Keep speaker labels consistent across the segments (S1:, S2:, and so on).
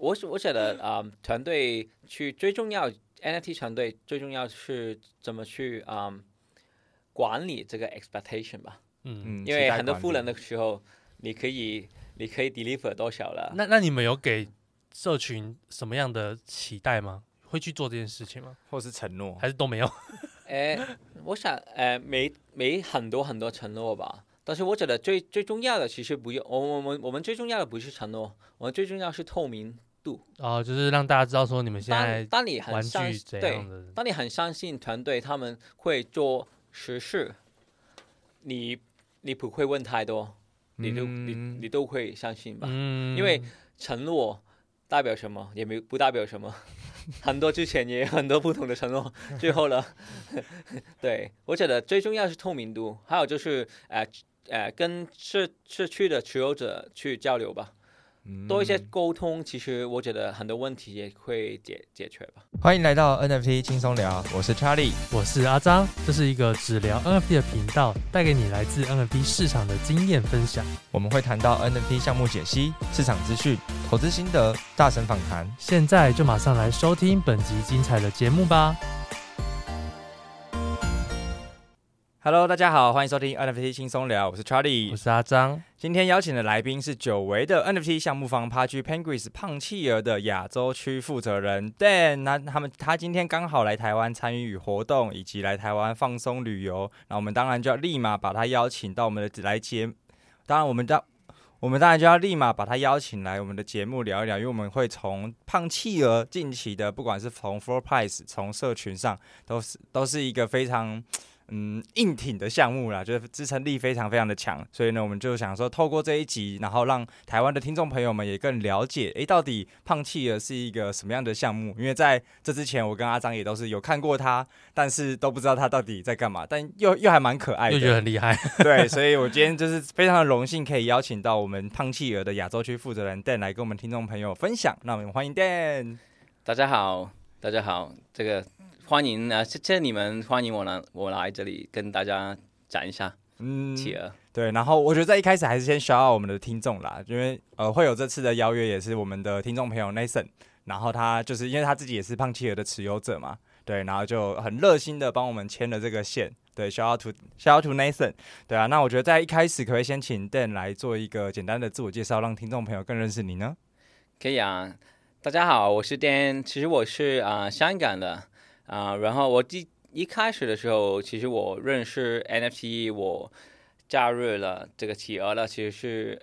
S1: 我是我觉得啊、嗯团队去最重要 NFT 团队最重要是怎么去啊、嗯管理这个 expectation 吧，
S2: 嗯，
S3: 嗯，
S1: 因为很多
S3: 夫
S1: 富人的时候，你可以你可以 deliver 多少了，
S2: 那那你们有给社群什么样的期待吗？会去做这件事情吗？
S3: 或是承诺，
S2: 还是都没有？
S1: 诶，我想，诶，没没很多很多承诺吧。但是我觉得最最重要的其实不用，我我们我们最重要的不是承诺，我们最重要是透明。
S2: 哦，就是让大家知道说你们现
S1: 当
S2: 在
S1: 当你很
S2: 玩
S1: 相
S2: 具
S1: 信
S2: 怎
S1: 对
S2: 样，的，
S1: 当你很相信团队他们会做实事，你你不会问太多，你都、你
S3: 嗯
S1: 你都会相信吧？
S2: 嗯
S1: 因为承诺代表什么？也没不代表什么。 很多之前也有很多不同的承诺，最后呢， 对我觉得最重要是透明度，还有就是呃呃跟社社区的持有者去交流吧，
S3: 嗯
S1: 多一些沟通，其实我觉得很多问题也会解解决吧。
S3: 欢迎来到 NFT 轻松聊，我是 Charlie。
S2: 我是阿张，这是一个只聊 NFT 的频道，带给你来自 NFT 市场的经验分享。
S3: 我们会谈到 NFT 项目解析、市场资讯、投资心得、大神访谈。
S2: 现在就马上来收听本集精彩的节目吧。
S3: Hello，大家好，欢迎收听 NFT 轻松聊，我是
S2: 我
S3: Charlie。
S2: 是阿张，
S3: 今天邀请的来宾是久违的 NFT 项目方 Pagi Penguins 胖企鹅的亚洲区负责人 Dan。那他们他今天刚好来台湾参与活动，以及来台湾放松旅游，那我们当然就要立马把他邀请到我们的来节，当然我们当。我们当然就要立马把他邀请来我们的节目聊一聊，因为我们会从胖企鹅近期的，不管是从 Floor Price，从社群上，都是都是一个非常嗯硬挺的项目啦，就是支撑力非常非常的强，所以呢，我们就想说透过这一集，然后让台湾的听众朋友们也更了解，诶，到底胖企鹅是一个什么样的项目？因为在这之前，我跟阿张也都是有看过他，但是都不知道他到底在干嘛，但又又还蛮可爱的，
S2: 又觉得很厉 害，
S3: 对，所以我今天就是非常的荣幸，可以邀请到我们胖企鹅的亚洲区负责人 Dan 来跟我们听众朋友分享。那我们欢迎 Dan。
S4: 大家好，大家好，这个欢迎啊，呃谢谢你们欢迎我来，我来这里跟大家讲一下
S3: 嗯，
S4: 企鹅。
S3: 对，然后我觉得在一开始还是先 shout out 我们的听众啦，因为呃会有这次的邀约也是我们的听众朋友 Nathan，然后他就是因为他自己也是胖企鹅的持有者嘛，对，然后就很热心的帮我们牵了这个线，对，shout out to shout out to Nathan，对啊，那我觉得在一开始可不可以先请 Dan 来做一个简单的自我介绍，让听众朋友更认识你呢？
S4: 可以啊，大家好，我是 Dan，其实我是啊、呃香港的啊、然后我第一开始的时候，其实我认识 NFT，我加入了这个企鹅了，其实是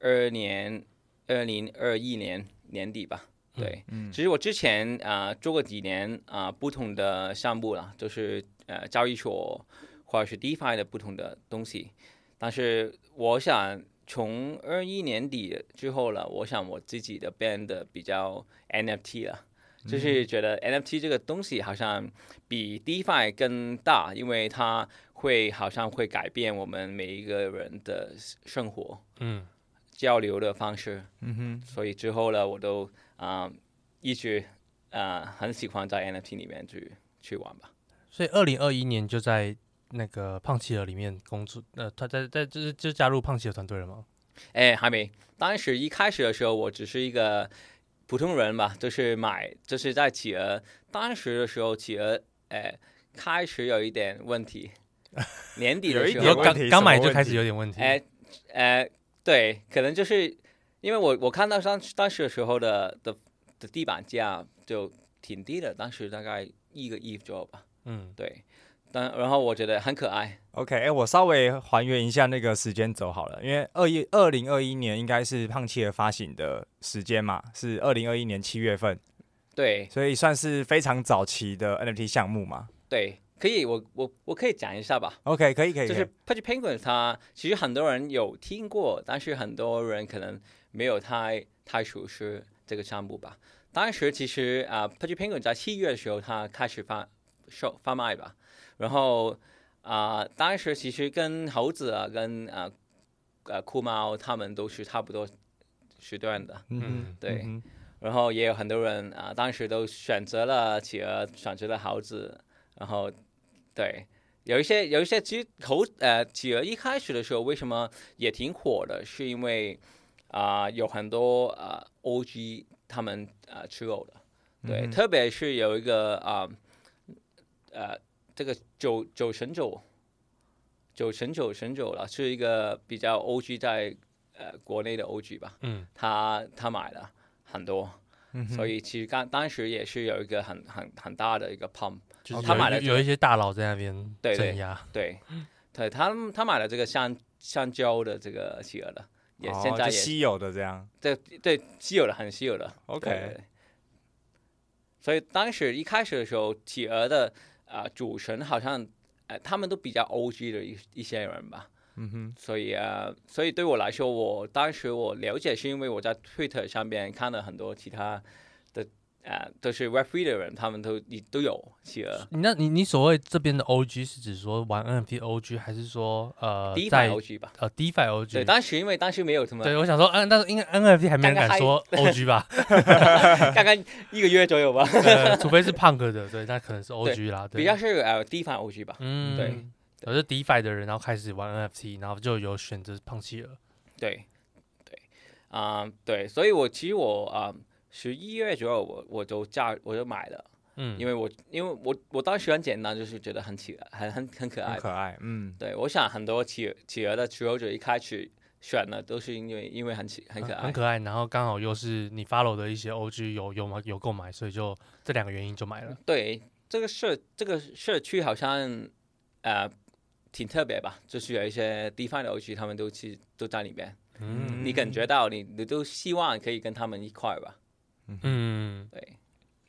S4: 二年二零二一年年底吧，对，
S3: 嗯
S4: 其实我之前啊、呃做过几年啊、呃不同的项目啦，就是呃交易所或者是 DeFi 的不同的东西，但是我想从二一年底之后了，我想我自己的变得比较 NFT 了。就是觉得 NFT 这个东西好像比 DeFi 更大，因为它会好像会改变我们每一个人的生活、
S2: 嗯，
S4: 交流的方式。
S3: 嗯哼。
S4: 所以之后呢，我都啊、一直啊、很喜欢在 NFT 里面去去玩吧。
S2: 所以二零二一年就在那个胖企鹅里面工作，呃，他在在就是就加入胖企鹅团队了吗？
S4: 哎，还没，当时一开始的时候，我只是一个普通人嘛，就是买，就是在企鹅。当时的时候，企鹅哎开始有一点问 题，年底的时
S3: 有
S4: 候
S2: 然
S3: 点问
S2: 后
S3: 题
S2: 刚刚买
S3: 什么问
S2: 就
S3: 题
S2: 开始有点问题，
S4: 哎哎，对，可能就是因为我我看到当当时的时候的的的地板价就挺低的，当时大概一个 E 亿左右吧。
S2: 嗯，
S4: 对，但然后我觉得很可爱，
S3: OK，哎、我稍微还原一下那个时间轴好了，因为二一二零二一年应该是胖企鹅发行的时间嘛，是二零二一年七月份，
S4: 对
S3: 所以算是非常早期的 NFT 项目嘛。
S4: 对，可以，我我我可以讲一下吧，
S3: OK，可以可以，
S4: 就是 p u d g y Penguin 它其实很多人有听过，但是很多人可能没有太太熟悉这个项目吧。当时其实啊、p u d g y Penguin 在七月的时候，它开始发售贩卖吧，然后啊、当时其实跟猴子啊，跟啊呃酷猫他们都是差不多时段的，
S3: 嗯哼，
S4: 对。
S3: 嗯哼
S4: 然后也有很多人啊、当时都选择了企鹅，选择了猴子，然后对，有一些有一些其实猴呃企鹅一开始的时候为什么也挺火的，是因为啊、有很多啊、OG 他们啊、呃持有的。对，特别是有一个啊、呃，这个九九神九，九神九神九了，是一个比较 O G 在呃国内的 O G 吧，
S2: 嗯，
S4: 他他买了很多，
S3: 嗯
S4: 所以其实当当时也是有一个很很很大的一个 pump，
S2: 就是
S4: 他
S2: 有
S4: 买了这
S2: 有一些大佬在那边
S4: 对对
S2: 镇压，
S4: 对，对他他买了这个橡橡胶的这个企鹅的，也、
S3: 哦
S4: 现在
S3: 就
S4: 也
S3: 稀有的这样
S4: 对对稀有的很稀有的，对对
S3: ，OK，
S4: 对所以当时一开始的时候，企鹅的啊、呃主神好像呃他们都比较 O G 的一一些人吧，
S3: 嗯哼，
S4: 所以呃所以对我来说，我当时我了解是因为我在 Twitter 上面看了很多其他的呃都是 Web Three 的人，他们都也都有企鹅。
S2: 你那你你所谓这边的 OG 是指说玩 NFT OG，还是说呃
S4: 第一代
S2: 在
S4: OG 吧，
S2: 呃 DeFi
S4: 对，
S2: OG？
S4: 当时因为当时没有什么，
S2: 对，我想说，嗯，但是应该 NFT 还没人
S4: 刚刚
S2: 敢 说 OG 吧，
S4: 大概一个月左右吧，
S2: 呃，除非是 Punk 的，对，那可能是 OG 啦，对
S4: 比较是呃第一款 OG 吧。
S2: 嗯，
S4: 对，
S2: 我是 DeFi 的人，然后开始玩 NFT，然后就有选择胖企鹅，
S4: 对，对，啊、对，所以我其实我啊十一月左右我我就加我就买了，
S2: 嗯，
S4: 因为我因为我我当时很简单，就是觉得很企很很很可爱
S3: 很。可爱，嗯，
S4: 对，我想很多企企鹅的持有者一开始选的都是因为因为很企很可爱，
S2: 很可爱，然后刚好又是你 follow 的一些 OG 有有买有购买，所以就这两个原因就买了。
S4: 对，这个社这个社区好像呃挺特别吧，就是有一些地方的 OG 他们都去都在里面，
S2: 嗯
S4: 你感觉到你你都希望可以跟他们一块儿吧？
S2: 嗯，
S4: 对，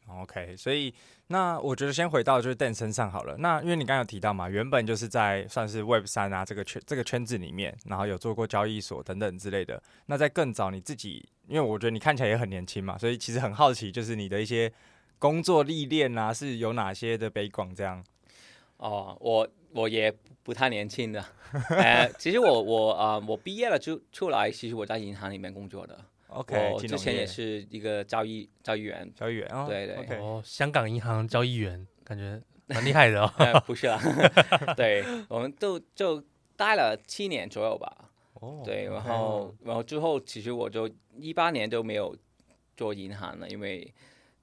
S3: OK，所以那我觉得先回到就是 Dan 身上好了。那因为你刚刚有提到嘛，原本就是在算是 Web 三啊这个圈这个圈子里面，然后有做过交易所等等之类的。那在更早你自己，因为我觉得你看起来也很年轻嘛，所以其实很好奇，就是你的一些工作历练啊，是有哪些的北广这样？
S4: 哦，我我也不太年轻的，呃，其实我我啊、呃我毕业了就出来，其实我在银行里面工作的
S3: OK，
S4: 我
S3: 金
S4: 之
S3: 融
S4: 前
S3: 业
S4: 也是一个交易交易 员，
S3: 小远哦，
S4: 对对
S3: o k
S2: 哦，香港银行交易员感觉蛮厉害的 哦。
S4: 呃，不是啦，对，我们都就待了七年左右吧，
S3: 哦
S4: 对，然后然后之后其实我就一八年就没有做银行了，因为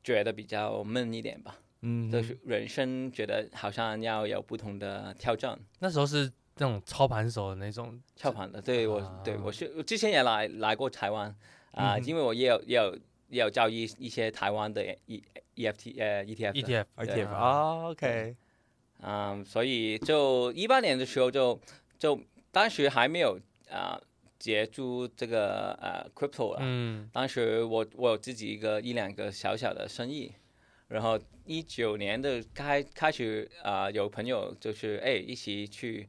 S4: 觉得比较闷一点吧，
S3: 嗯
S4: 就是人生觉得好像要有不同的挑战。
S2: 那时候是那种操盘手的那种，
S4: 跳盘的，对我，对我
S2: 啊
S4: 是我之前也来来过台湾啊、因为我也有也有也有交易一些台湾的 E E F T 呃 E T F 哦的
S2: ETF，
S3: ETF
S2: 啊
S3: 啊，OK，
S4: 啊、所以就一八年的时候就就当时还没有啊、接触这个呃 crypto 了，
S2: 嗯，
S4: 当时我我有自己一个一两个小小的生意，然后一九年的开开始啊、有朋友就是哎一起去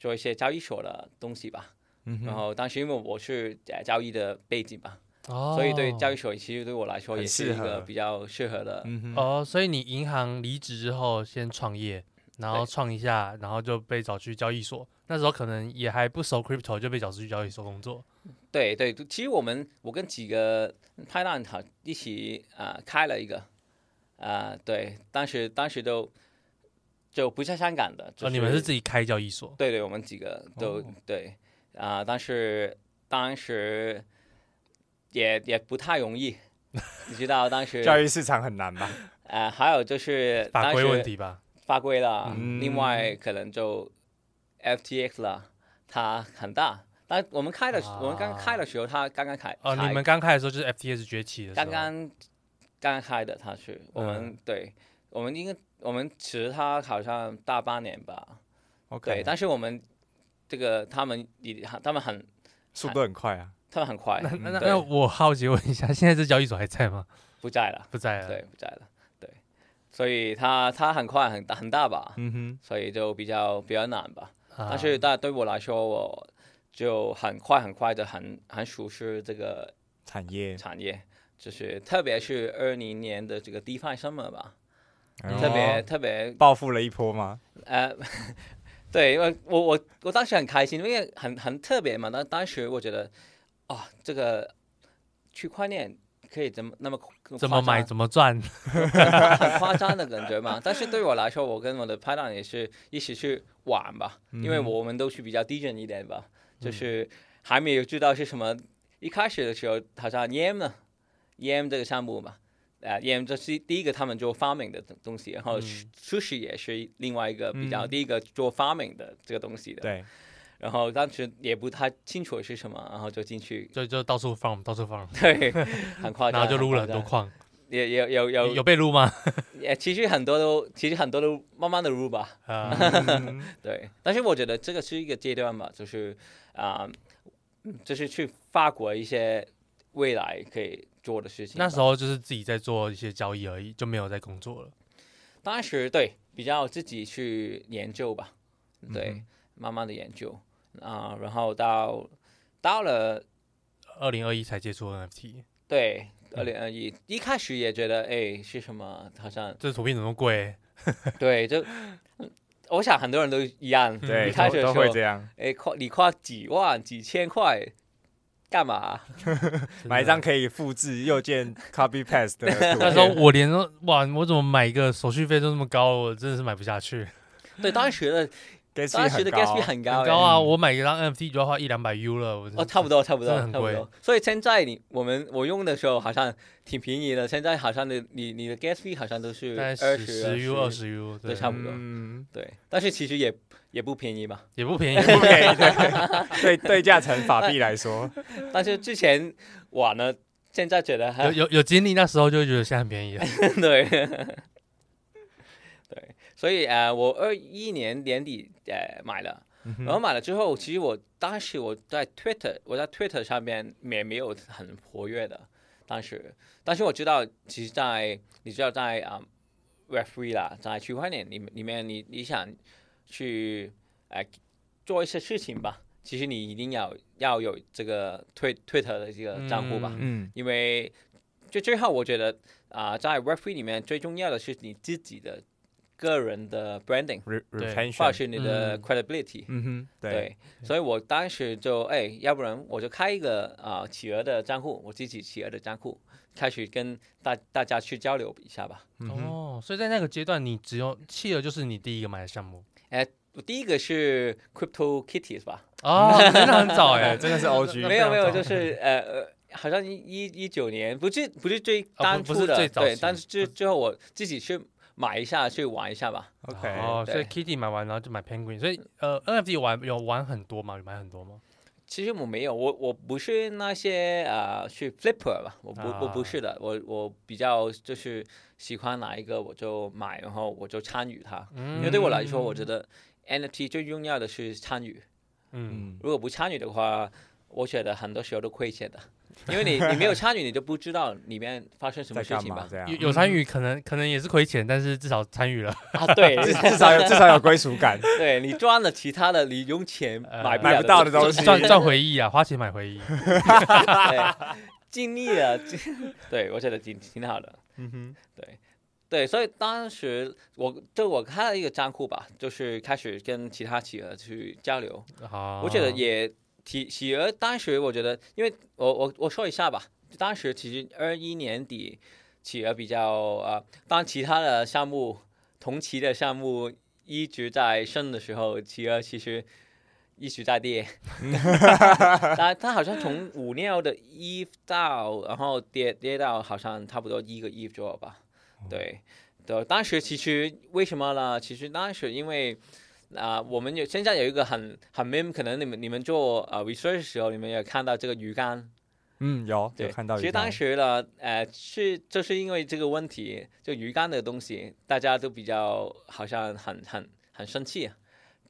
S4: 做一些交易所的东西吧。
S3: 嗯
S4: 然
S3: 哼，
S4: 后当时因为我是呃交易的背景吧，
S2: 哦，
S4: 所以对交易所其实对我来说
S3: 很
S4: 也是
S3: 适
S4: 一个
S3: 合
S4: 比较适合的。
S3: 嗯哼，
S2: 哦，所以你银行离职之后先创业，然后
S4: 对
S2: 创一下，然后就被找去交易所。那时候可能也还不熟 crypto，就被找去交易所工作。
S4: 对对，其实我们我跟几个拍档好一起啊、呃开了一个啊、呃对，当时当时都就不是香港的，就
S2: 哦，你们是自己开交易所？
S4: 对对，我们几个都、
S3: 哦
S4: 对啊、但是当时也也不太容易，你知道当 时
S3: 教育市场很难吧？
S4: 呃还有就是
S2: 法
S4: 当
S2: 规
S4: 时
S2: 问题嗯吧？
S4: 发规了，
S3: 嗯
S4: 另外可能就 FTX 了，它很大。但我们开的时、
S2: 啊
S4: 我们刚开的时候，它刚刚开，
S2: 哦，
S4: 才
S2: 你们刚开的时候就是 FTS 崛起的时候。嗯
S4: 刚刚刚刚开的，它是我们、对，我们应该我们持它好像大半年吧，对，
S3: OK，
S4: 但是我们这个他们也他们很
S3: 速度很快啊，
S4: 他们很快嗯
S2: 那那那
S4: 对
S2: 那我好奇问一下，现在这交易所还在吗？
S4: 不在了，
S2: 不在了。
S4: 对，不在了，对，所以它它很快很大很大吧，
S3: 嗯哼。
S4: 所以就比较比较难吧。
S2: 啊，
S4: 但是，但对我来说，我就很快很快的很很熟悉这个
S3: 产业，
S4: 产业，就是特别是二零年的这个 DeFi Summer 吧，
S3: 然
S2: 哦
S3: 后
S4: 特别特别
S3: 暴富了一波吗？
S4: 呃， 对，因为我我我当时很开心，因为很很特别嘛。当当时我觉得，哦，这个区块链可以怎么那么
S2: 怎么买
S4: 夸张
S2: 怎么赚，
S4: 很夸张的感觉嘛。但是对我来说，我跟我的拍档也是一起去玩吧，因为
S3: 嗯哼
S4: 我们都是比较低人一点
S2: 嗯
S4: 吧，就是还没有知道是什么。一开始的时候好像 Yam 呢 EM 这个项目嘛，呃，EM 这是第一个他们做发明的东东西，然
S2: 嗯
S4: 后 sushi 也是另外一个比较
S3: 嗯
S4: 第一个做发明的这个东西的，
S3: 对，
S4: 然后当时也不太清楚是什么，然后就进去，
S2: 就就到处放，到处放，
S4: 对，很夸张，
S2: 然后就撸了很
S4: 夸
S2: 多
S4: 张，
S2: 矿，
S4: 也也有有
S2: 有被 撸吗？
S4: 也哎其实很多都其实很多都慢慢的入吧，
S2: 啊，
S4: 对。但是我觉得这个是一个阶段吧，就是啊、嗯就是去发掘一些未来可以做的事情吧。
S2: 那时候就是自己在做一些交易而已，就没有在工作了。
S4: 当时对比较自己去研究吧，对，慢慢的研究啊、然后到到了
S2: 二零二一才接触 NFT，
S4: 对二
S2: 嗯
S4: 零二一一开始也觉得哎是什么好像
S2: 这图片怎么那么贵？
S4: 对，就 嗯我想很多人都一样，
S3: 对，
S4: 一开
S3: 都
S4: 始的
S3: 都
S4: 时候
S3: 会，这样，
S4: 哎，花你花几万、几千块干嘛、
S2: 真的
S3: 买一张。可以复制右键 copy paste 的 图
S2: 那时候
S3: 片
S2: 我连说哇，我怎么买一个手续费都那么高，我真的是买不下去。
S4: 对，当时 的
S3: ，gas
S4: 当时的 gas 费
S3: 费很
S4: 很高
S3: 高，
S2: 很
S4: 哎，
S2: 高啊，我买一张 NFT 就要花一两百 U 了，我真
S4: 哦，差不多，差不多，
S2: 真的很
S4: 差不
S2: 贵
S4: 多。所以现在你我们我用的时候好像挺便宜的，现在好像你你你的 gas 费好像都是
S2: 大概
S4: 二
S2: 十十 U 二，十 U，对
S4: 对，差不多
S3: 嗯，
S4: 对，但是其实也也不便宜吧。
S2: 也不便宜。
S3: 不可以对对对价乘法币来说，
S4: 但是之前我呢，现在觉得还
S2: 有有有经历那时候就会觉得现在很便宜了。
S4: 对，对，所以呃，我二一年年底呃买了，然后买了之后，其实我当时我在 Twitter，我在 Twitter 上面也没有很活跃的，当时，但是我知道，其实在，你知道在啊、w e b Three 啦，在区块链里面里面你，你想去呃做一些事情吧，其实你一定要要有这个推 Twitter 的这个账户吧，
S2: 嗯
S3: 嗯，
S4: 因为就最后我觉得啊、在 Web Three 里面最重要的是你自己的个人的 branding，
S3: re
S2: 对
S3: retention，
S4: 或者是你的
S2: 嗯
S4: credibility。
S3: 嗯哼，对，
S4: 对，所以我当时就哎，要不然我就开一个啊、企鹅的账户，我自己企鹅的账户，开始跟大大家去交流一下吧。
S3: 嗯哼，
S2: 哦，所以在那个阶段，你只有企鹅就是你第一个买的项目
S4: 我第一个是 Crypto Kitties 吧，
S2: 哦，真的很早哎
S3: 对，，真的 是 O G，
S4: 没有没有，就是呃呃，好像一一一九年，不是不是最
S2: 不
S4: 当
S2: 啊不
S4: 初
S2: 是
S4: 的，
S2: 最早
S4: 对，
S2: 期
S4: 但是之之后我自己去买一下，去玩一下吧。
S3: OK，
S2: 哦，所以
S4: 对
S2: Kitty 买完然后就买 Penguin，所以呃 NFT 玩有玩很多吗？有买很多吗？
S4: 其实我没有，我我不是那些呃去 flipper 吧，我不我不
S2: 啊
S4: 是的，我我比较就是喜欢哪一个我就买，然后我就参与它。
S2: 嗯
S4: 因为对我来说，我觉得 NFT 最重要的是参与。
S2: 嗯，
S3: 嗯，
S4: 如果不参与的话，我觉得很多时候都亏欠的，因为你你没有参与，你就不知道里面发生什
S3: 在
S4: 么事
S3: 干
S4: 情
S3: 嘛
S4: 吧？
S3: 这样
S2: 有？有参与，可能可能也是亏钱，但是至少参与了。
S4: 啊，对，
S3: 至至少有至少有归属感，
S4: 对你赚了其他的，你用钱
S2: 呃
S4: 买
S3: 买
S4: 了
S3: 不到的东西
S2: 赚赚回忆啊，花钱买回忆。
S4: 对， 尽力了，尽 对我觉得挺挺好的。
S3: 嗯哼，
S4: 对，所以当时我就我开了一个账户吧，就是开始跟其他企鹅去交流，
S2: 好，
S4: 我觉得 也企企鹅当时我觉得，因为我我我说一下吧，当时其实二一年底企鹅比较呃，当其他的项目同期的项目一直在升的时候，企鹅其实一直在跌，它它好像从五六的一到，然后跌跌到好像差不多一个一左右吧，对。对，当时其实为什么呢？其实当时因为啊、我们有现在有一个很很 meme，可能你们你们做呃 research 的时候，你们也看到这个鱼竿，
S3: 嗯，有有
S4: 对，
S3: 看到鱼竿，
S4: 其实当时呢，呃，是就是因为这个问题，就鱼竿的东西，大家都比较好像很很很生气，啊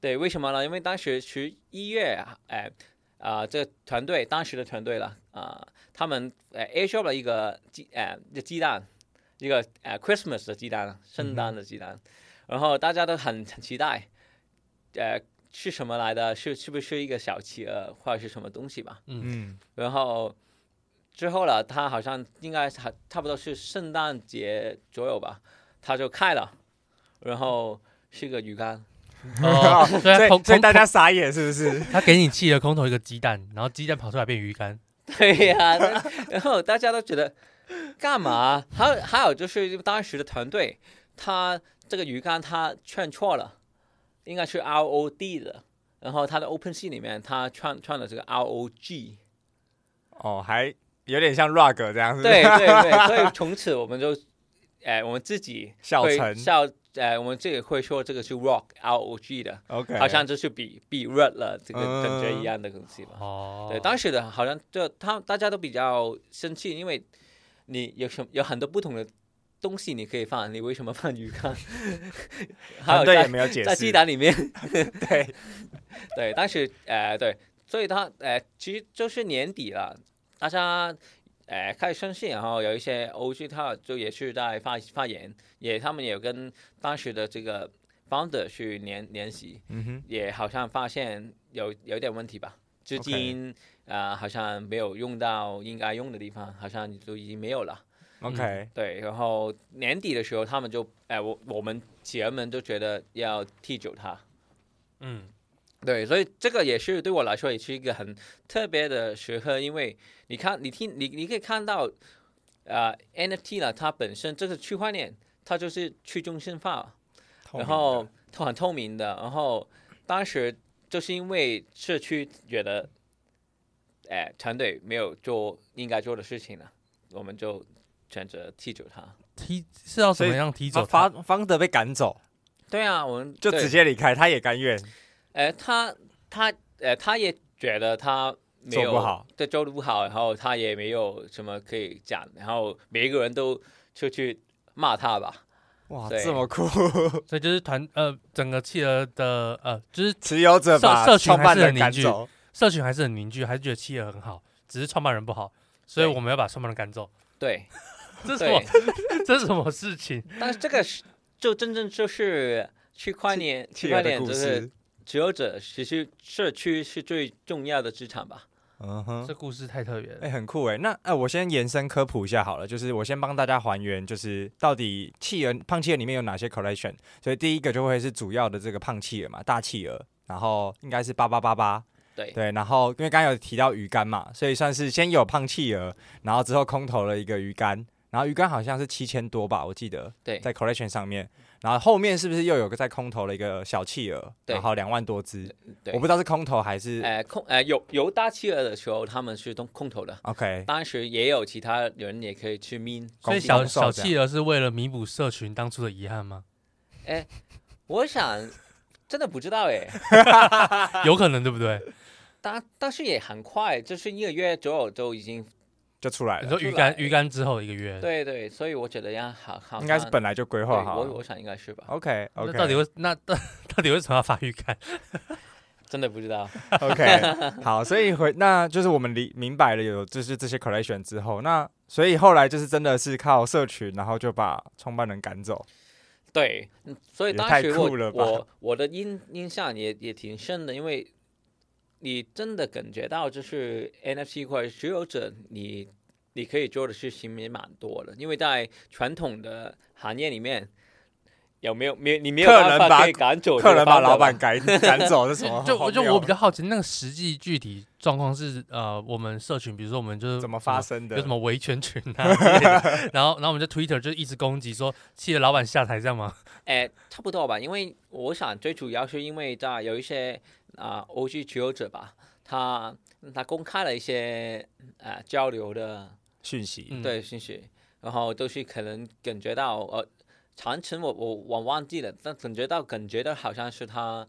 S4: 对，为什么呢？因为当时十一月，哎、呃，啊、这团队当时的团队了啊、他们呃 a s h o p 了一个鸡呃一个鸡蛋，一个呃 Christmas 的鸡蛋，圣诞的
S3: 嗯
S4: 鸡蛋，然后大家都很很期待，呃，是什么来的？是是不是一个小企鹅或者是什么东西吧？
S3: 嗯，
S4: 然后之后了，他好像应该差差不多是圣诞节左右吧，他就开了，然后是个鱼竿，
S2: 哦，所以
S3: 所
S2: 他空
S3: 以所以
S2: 空
S3: 大家傻眼是不是？
S2: 他给你气了空投一个鸡蛋，然后鸡蛋跑出来变鱼干，
S4: 对呀、然后大家都觉得干嘛？还有还有就是当时的团队，他这个鱼竿他圈错了，应该是 R O D 的，然后他的 Open C 里面他串串了这个 R O G，
S3: 哦，还有点像 rug 这样子，
S4: 对对对，所以从此我们就，哎，我们自己
S3: 笑
S4: 会
S3: 成
S4: 笑，哎，我们自己会说这个是 rock R O G 的，
S3: ，OK，
S4: 好像就是比比 red 了这个感觉
S3: 嗯
S4: 一样的东西吧。
S2: 哦，
S4: 对，当时的好像就他大家都比较生气，因为你有什有很多不同的东西你可以放，你为什么放鱼缸？ 还有
S3: 团队也
S4: 在
S3: 没有解
S4: 在
S3: 释
S4: 鸡，蛋里面，
S3: 对，
S4: 对，当时呃对，所以他呃其实就是年底了，大家呃开始生气，然后有一些 OG 他就也是在发发言，也他们也有跟当时的这个 founder 去联联系，
S3: 嗯哼，
S4: 也好像发现有有点问题吧，资
S3: OK
S4: 金啊、呃好像没有用到应该用的地方，好像都已经没有了。
S3: OK，
S4: 对，然后年底的时候，他们就哎、我我们企鹅们就觉得要踢走他。
S2: 嗯
S4: 对，所以这个也是对我来说也是一个很特别的时刻，因为你看，你听，你你可以看到，呃，NFT 呢，它本身这个区块链，它就是去中心化，
S3: 透
S4: 然
S3: 明
S4: 后
S3: 的
S4: 它很透明的，然后当时就是因为社区觉得，哎，团队没有做应该做的事情了，我们就选择踢走他。
S2: 踢是要怎
S3: 所以
S2: 么样踢走他？
S3: 方方方德被赶走，
S4: 对啊，我们
S3: 就
S4: 对
S3: 直接离开，他也甘愿，
S4: 呃，他他呃，他也觉得他没
S3: 做
S4: 有
S3: 不好，
S4: 对，做的不好，然后他也没有什么可以讲，然后每一个人都就去骂他吧。
S3: 哇，
S4: 对
S3: 这么酷，
S2: 所以就是团呃，整个企鹅的呃，就是
S3: 持有者
S2: 社
S3: 把
S2: 社群
S3: 创
S2: 还
S3: 办
S2: 是很
S3: 人
S2: 凝
S3: 赶
S2: 聚
S3: 走，
S2: 社群还是很凝聚，还是觉得企鹅很好，只是创办人不好，所以
S4: 对
S2: 我们要把创办人赶走。
S4: 对，
S2: 这是什
S4: 对
S2: 么？这是什么事情？
S4: 但是这个是就真正就是区块链，区
S3: 企
S4: 块
S3: 鹅的
S4: 链
S3: 故
S4: 就是
S3: 事，
S4: 持有者，其实社区是最重要的资产吧。
S3: 嗯哼，
S2: 这故事太特别
S3: 哎、
S2: 了。
S3: 很酷哎！那呃，我先延伸科普一下好了，就是我先帮大家还原，就是到底企鹅胖企鹅里面有哪些 collection。所以第一个就会是主要的这个胖企鹅嘛，大企鹅，然后应该是八八八八，
S4: 对
S3: 对，然后因为刚刚有提到鱼竿嘛，所以算是先有胖企鹅，然后之后空投了一个鱼竿，然后鱼竿好像是七千多吧，我记得，
S4: 对
S3: 在 collection 上面，然后后面是不是又有个在空投了一个小企鹅，
S4: 对
S3: 然后两万多只，
S4: 对
S3: 我不知道是空投还是、
S4: 呃，空呃有有大企鹅的时候，他们是空空投的，
S3: OK，
S4: 当时也有其他人也可以去 min。
S2: 所以
S3: 公
S2: 小
S3: 公售
S2: 小
S3: 这样
S2: 企鹅是为了弥补社群当初的遗憾吗？
S4: 我想真的不知道 哎。
S3: 哎
S2: 有可能，对不对？
S4: 但但是也很快，就是一个月左右都已经
S3: 就哎出来
S2: 你
S3: 了，
S2: 说鱼
S4: 出来
S2: 竿鱼竿之后一个月，，
S4: 对对，所以我觉得要好好
S3: 应该是
S4: 看
S3: 本来就规
S4: 对
S3: 划哦好哦了
S4: 我。我想应该是吧，
S3: OK
S2: 那
S3: OK，
S2: 到底为那 到底为什么要发鱼竿？
S4: 真的不知道。
S3: OK 好，所以回那就是我们理明白了有就是这些 collection 之后，那所以后来就是真的是靠社群，然后就把创办人赶走。
S4: 对，嗯所以
S3: 也
S4: 当
S3: 太
S4: 时
S3: 酷
S4: 我
S3: 了吧
S4: 我我的印印象也也挺深的，因为你真的感觉到就是 NFT 或者持有者你。你可以做的事情也蛮多的，因为在传统的行业里面，有没有没有你没有
S3: 客
S4: 办
S3: 人
S4: 法
S3: 把
S4: 可以赶走
S3: 客
S4: 这个
S3: 人把
S4: founder
S3: 老板
S4: 吧
S3: 赶赶走是什么荒谬？
S2: 就我就我比较好奇，那个实际具体状况是呃，我们社群，比如说我们就是
S3: 怎么
S2: 么
S3: 发生的？
S2: 有什么维权群 啊 之类的，然后然后我们就 Twitter 就一直攻击说气得老板下台这样吗？
S4: 哎，差不多吧，因为我想最主要是因为在有一些啊、OG 持有者吧，他嗯他公开了一些呃交流的
S3: 讯息？
S2: 嗯，
S4: 对信息，然后都是可能感觉到呃长城我我我忘记了，但感觉到感觉到好像是他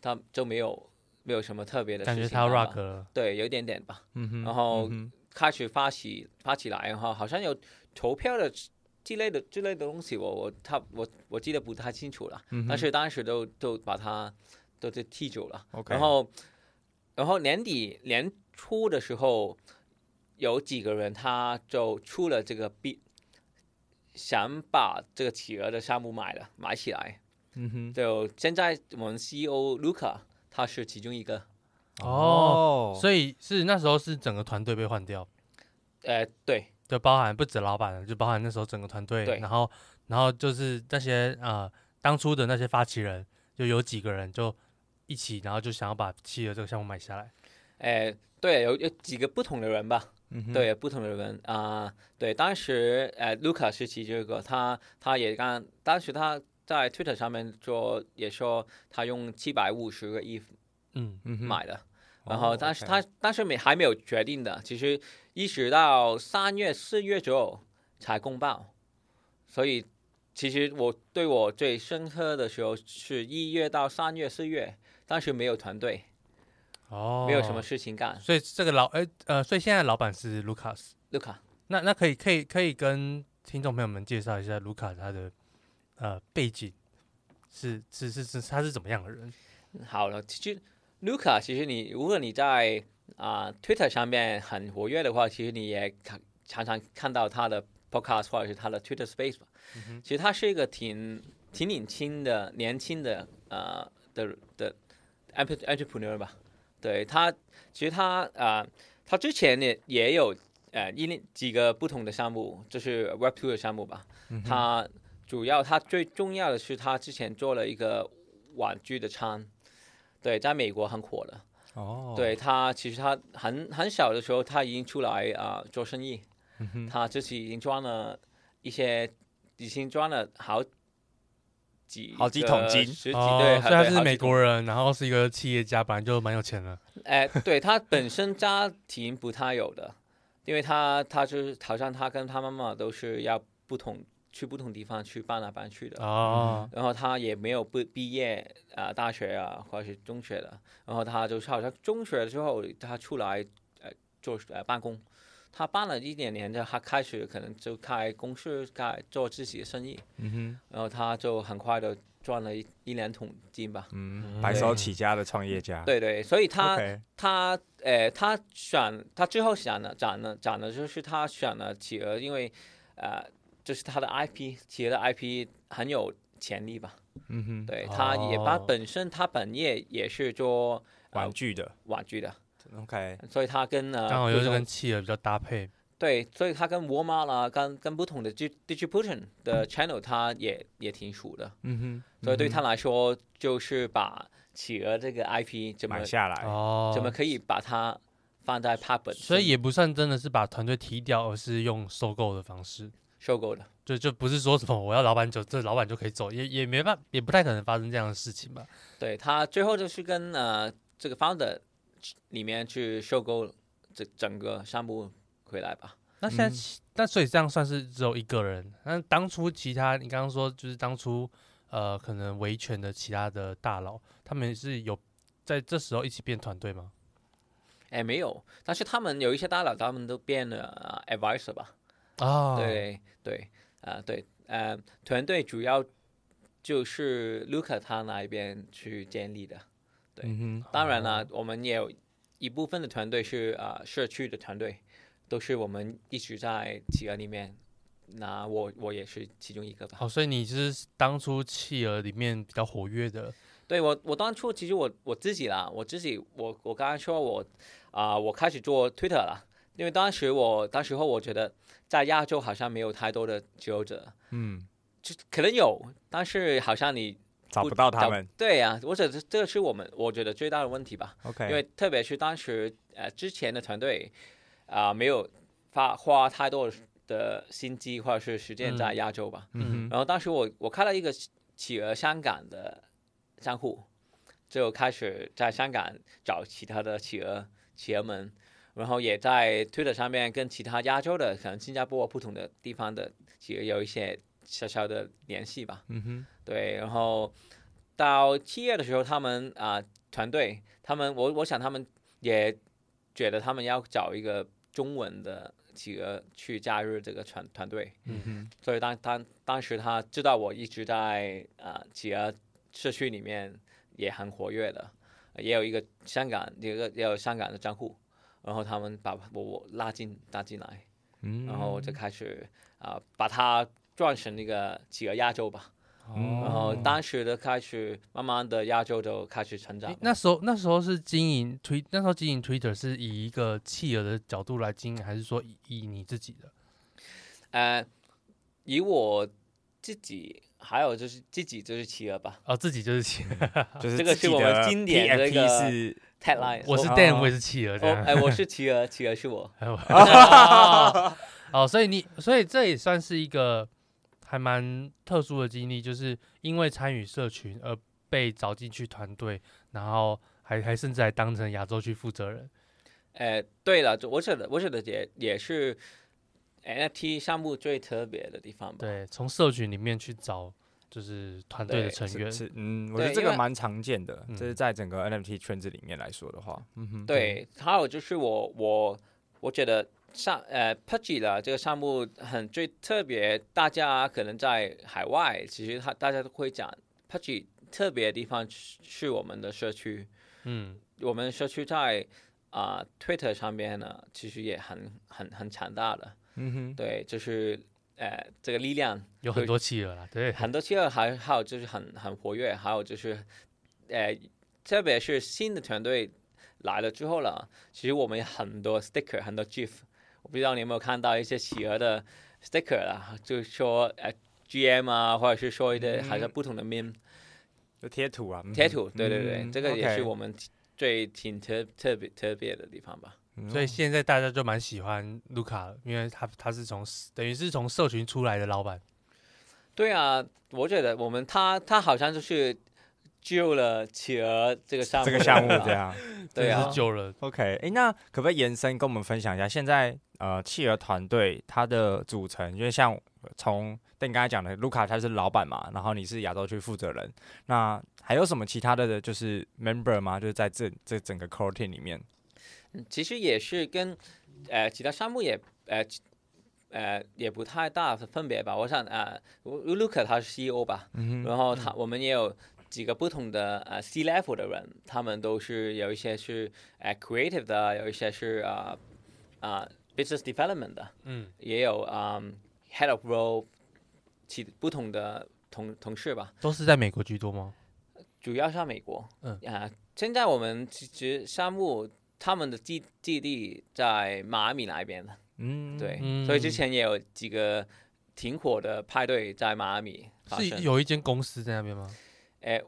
S4: 他就没有没有什么特别的
S2: 感
S4: 事
S2: 觉
S4: 情
S2: 他要
S4: 干嘛
S2: rock 了。
S4: 对有一点点吧，
S3: 嗯哼
S4: 然后
S3: 嗯
S4: 开始发起发起来，然后好像有投票的之类的之类的东西，我我他我我记得不太清楚了。
S3: 哼嗯哼
S4: 但是当时都都把他都都踢走了。
S3: OK，
S4: 然后，然后年底年初的时候，有几个人他就出了这个币，想把这个企鹅的项目买了买起来。
S3: 嗯哼
S4: 就现在我们 CEO Luca 他是其中一个，
S2: 哦，所以是那时候是整个团队被换掉，
S4: 呃，对
S2: 就包含不止老板，就包含那时候整个团队
S4: 对，
S2: 然后然后就是那些呃当初的那些发起人，就有几个人就一起，然后就想要把企鹅这个项目买下来。
S4: 哎，对，有有几个不同的人吧，
S3: 嗯哼，
S4: 对，不同的人啊、对，当时呃，Luca 是其中一个，他他也刚，当时他在 Twitter 上面说，也说他用七百五十个亿
S2: 嗯，
S3: 嗯哼
S4: 买的，然后但是他但是没还没有决定的，其实一直到三月四月左右才公报，所以其实我对我最深刻的时候是一月到三月四月，当时没有团队，
S2: 哦，
S4: 没有什么。事情干。
S2: 所以这个老哎呃，所以现在老板是 Lucas，
S4: 卢卡，
S2: 那那可以可以可以跟听众朋友们介绍一下 Lucas 他的呃背景是是是是他是怎么样的人？
S4: 好了，其实卢卡，其实你如果你在啊、Twitter 上面很活跃的话，其实你也常常常看到他的 Podcast 或者是他的 Twitter Space 吧。其实他是一个挺挺年轻的、年轻的呃的的 entre- entrepreneur 吧。对他，其实他啊、他之前也也有呃一连几个不同的项目，就是 Web Two 的项目吧。他主要他最重要的是他之前做了一个玩具的餐，对，在美国很火的。
S3: 哦，
S4: 对他，其实他很很小的时候他已经出来啊、做生意，
S3: 嗯
S2: 嗯
S4: 他自己已经赚了一些，已经赚了好几
S3: 好几
S4: 个
S3: 桶金
S4: 十几
S2: 哦
S4: 对，
S2: 所以他
S4: 对
S2: 是
S4: 好几
S2: 美
S4: 桶
S2: 国人，然后是一个企业家，本来就蛮有钱的。
S4: 哎，对他本身家庭不太有的，因为他他就是好像他跟他妈妈都是要不同去不同地方去搬来搬去的，
S2: 哦，
S4: 然后他也没有毕毕业啊、呃大学啊或者是中学的，然后他就是好像中学之后他出来呃做呃办公，他办了一两年之后，他开始可能就开公司开做自己的生意，
S3: 嗯
S4: 然后他就很快的赚了一一两桶金吧
S3: 哼，。嗯，白手起家的创业家，
S4: 对对，所以他
S3: OK，
S4: 他呃，他选他最后选了展了展的就是他选了企鹅，因为呃，就是他的 IP 企鹅的 IP 很有潜力吧？
S3: 嗯哼，
S4: 对，他也把
S2: 哦
S4: 本身他本业也是做
S3: 玩具的
S4: 玩具的，
S3: ，OK，
S4: 所以他跟呃
S2: 刚好又
S4: 不
S2: 是
S4: 同
S2: 跟企鹅比较搭配。
S4: 对，所以他跟沃尔玛啦，跟跟不同的 di- distribution
S2: 嗯
S4: 的 channel，他也也挺熟的，
S3: 嗯
S4: 所以对他来说就是把企鹅这个 IP
S3: 哼，
S4: 怎么
S3: 买下来，
S2: 哦，
S4: 怎么可以把它放在他本身，
S2: 所以也不算真的是把团队踢掉，而是用收购的方式，
S4: 收购的。
S2: 就就不是说什么我要老板走，这老板就可以走，也也没办，也不太可能发生这样的事情吧。
S4: 对他最后就是跟呃这个 founder 里面去收购整整个项目回来吧。
S2: 那现在其，那所以这样算是只有一个人。那当初其他，你刚刚说就是当初呃，可能维权的其他的大佬，他们是有在这时候一起变团队吗？
S4: 哎，没有，但是他们有一些大佬，他们都变了、呃、advisor 吧？哦
S2: 啊，，
S4: 对对，啊、对，呃，团队主要就是 Luca 他那一边去建立的。对
S3: 嗯
S4: 当然了，我们也有一部分的团队是啊、呃社区的团队，都是我们一直在企鹅里面。那我我也是其中一个吧。
S2: 哦，所以你是当初企鹅里面比较活跃的，
S4: 对我，我当初其实我我自己啦，我自己我我刚刚说我啊、我开始做 Twitter 了，因为当时我当时候我觉得在亚洲好像没有太多的持有者，
S3: 哼，嗯，
S4: 就可能有，但是好像你
S3: 找不到他们。
S4: 对呀、我觉得这是我们我觉得最大的问题吧，
S3: ，OK，
S4: 因为特别是当时呃之前的团队啊、没有发花太多的心机或者是时间在亚洲吧，
S3: 嗯哼，
S4: 然后当时我我开了一个企企鹅香港的账户，就开始在香港找其他的企鹅企鹅们，然后也在 Twitter 上面跟其他亚洲的，可能新加坡不同的地方的企鹅有一些小小的联系吧。
S3: 嗯哼，
S4: 对，然后到七月的时候，他们啊、团队，他们我我想他们也觉得他们要找一个中文的企鹅去加入这个团团队。
S3: 嗯哼，
S4: 所以当当当时他知道我一直在啊企鹅社区里面也很活跃的，呃也有一个香港有一个也有香港的账户，然后他们把我我拉进拉进来，
S3: 嗯
S4: 然后我就开始啊、把它转成那个企鹅亚洲吧，
S3: 嗯
S4: 然后当时的开始慢慢的亚洲就开始
S3: 啊
S4: 成长
S2: 诶
S4: 了，
S2: 那时候那时候是经营推，那时候经营 Twitter 是以一个企鹅的角度来经营，还是说以以你自己的？
S4: 呃，以我自己还有就是自己就是企鹅吧
S2: 哦，自己就是企 鹅，
S3: 就是
S4: 这个
S3: 自己
S4: 是我们
S3: 的
S4: 经典的一
S3: PFP
S4: 个
S3: 是
S4: tagline，
S2: 我是
S4: 我
S2: Dan，
S3: 哦
S2: 我也是企鹅这
S4: 我
S2: 样。
S4: 哎我是企鹅，企鹅是我。
S2: 哦， 哦所以你，所以这也算是一个还蛮特殊的经历，就是因为参与社群而被找进去团队，然后还还甚至还当成亚洲区负责人。
S3: 哦
S4: 哎，对了，就我觉得我觉得也也是 NFT 项目最特别的地方吧。
S2: 对，从社群里面去找就是团队的
S4: 对
S2: 成
S3: 是
S2: 员。
S3: 是，嗯，我
S4: 对
S3: 觉得这
S4: 因
S3: 个
S4: 为
S3: 蛮常见的，
S2: 嗯
S3: 这是在整个 NFT 圈子里面来说的话，嗯哼，
S4: 对，还有就是我我我觉得项呃 p u d g y 的这个项目很最特别，大家可能在海外，其实他大家都会讲 p u d g y 特别的地方是是我们的社区，
S2: 嗯，
S4: 我们社区在啊、Twitter 上面呢，其实也很很很强大的，
S3: 嗯哼，
S4: 对，就是呃这个力量
S2: 有很多企鹅啦，对，
S4: 很多企鹅还还有就是很很活跃，还有就是，呃，特别是新的团队来了之后了，其实我们有很多 sticker 很多 gif，我不知道你有没有看到一些企鹅的 sticker 啦，就是说呃 GM 啊，或者是说一些还是
S3: 嗯
S4: 不同的 meme
S3: 就贴图啊，嗯哼
S4: 贴图，对对对，
S3: 嗯
S4: 这个也
S3: OK
S4: 是我们最挺特特别特别的地方吧。
S3: 嗯哦
S2: 所以现在大家就蛮喜欢卢卡，因为他他是从等于是从社群出来的老板，
S4: 对啊，我觉得我们他他好像就是救了企鹅这个项目，
S3: 这个项目这，样。
S4: 对
S2: 真的
S4: 啊
S2: 是，救了
S3: OK，哎，那可不可以延伸跟我们分享一下，现在呃，企鹅团队它的组成，因为像呃从但你刚才讲的，卢卡他是老板嘛，然后你是亚洲区负责人，那还有什么其他的就是 member 吗？就是在这这整个 core team 里面，
S4: 其实也是跟呃其他项目也呃其呃也不太大的分别吧。我想啊、呃、，Luca 他是 CEO 吧，
S3: 嗯哼，
S4: 然后他我们也有几个不同的呃 C level 的人，他们都是有一些是呃 creative 的，有一些是啊啊、business development 的，
S2: 嗯，
S4: 也有啊、head of role 其不同的同同事吧。
S2: 都是在美国居多吗？
S4: 主要上美国。
S2: 嗯
S4: 啊、现在我们其实项目他们的基基地在迈阿密那边的，
S3: 嗯，
S4: 对，
S2: 嗯
S4: 所以之前也有几个挺火的派对在迈阿密发生
S2: 是，有一间公司在那边吗？
S4: 哎，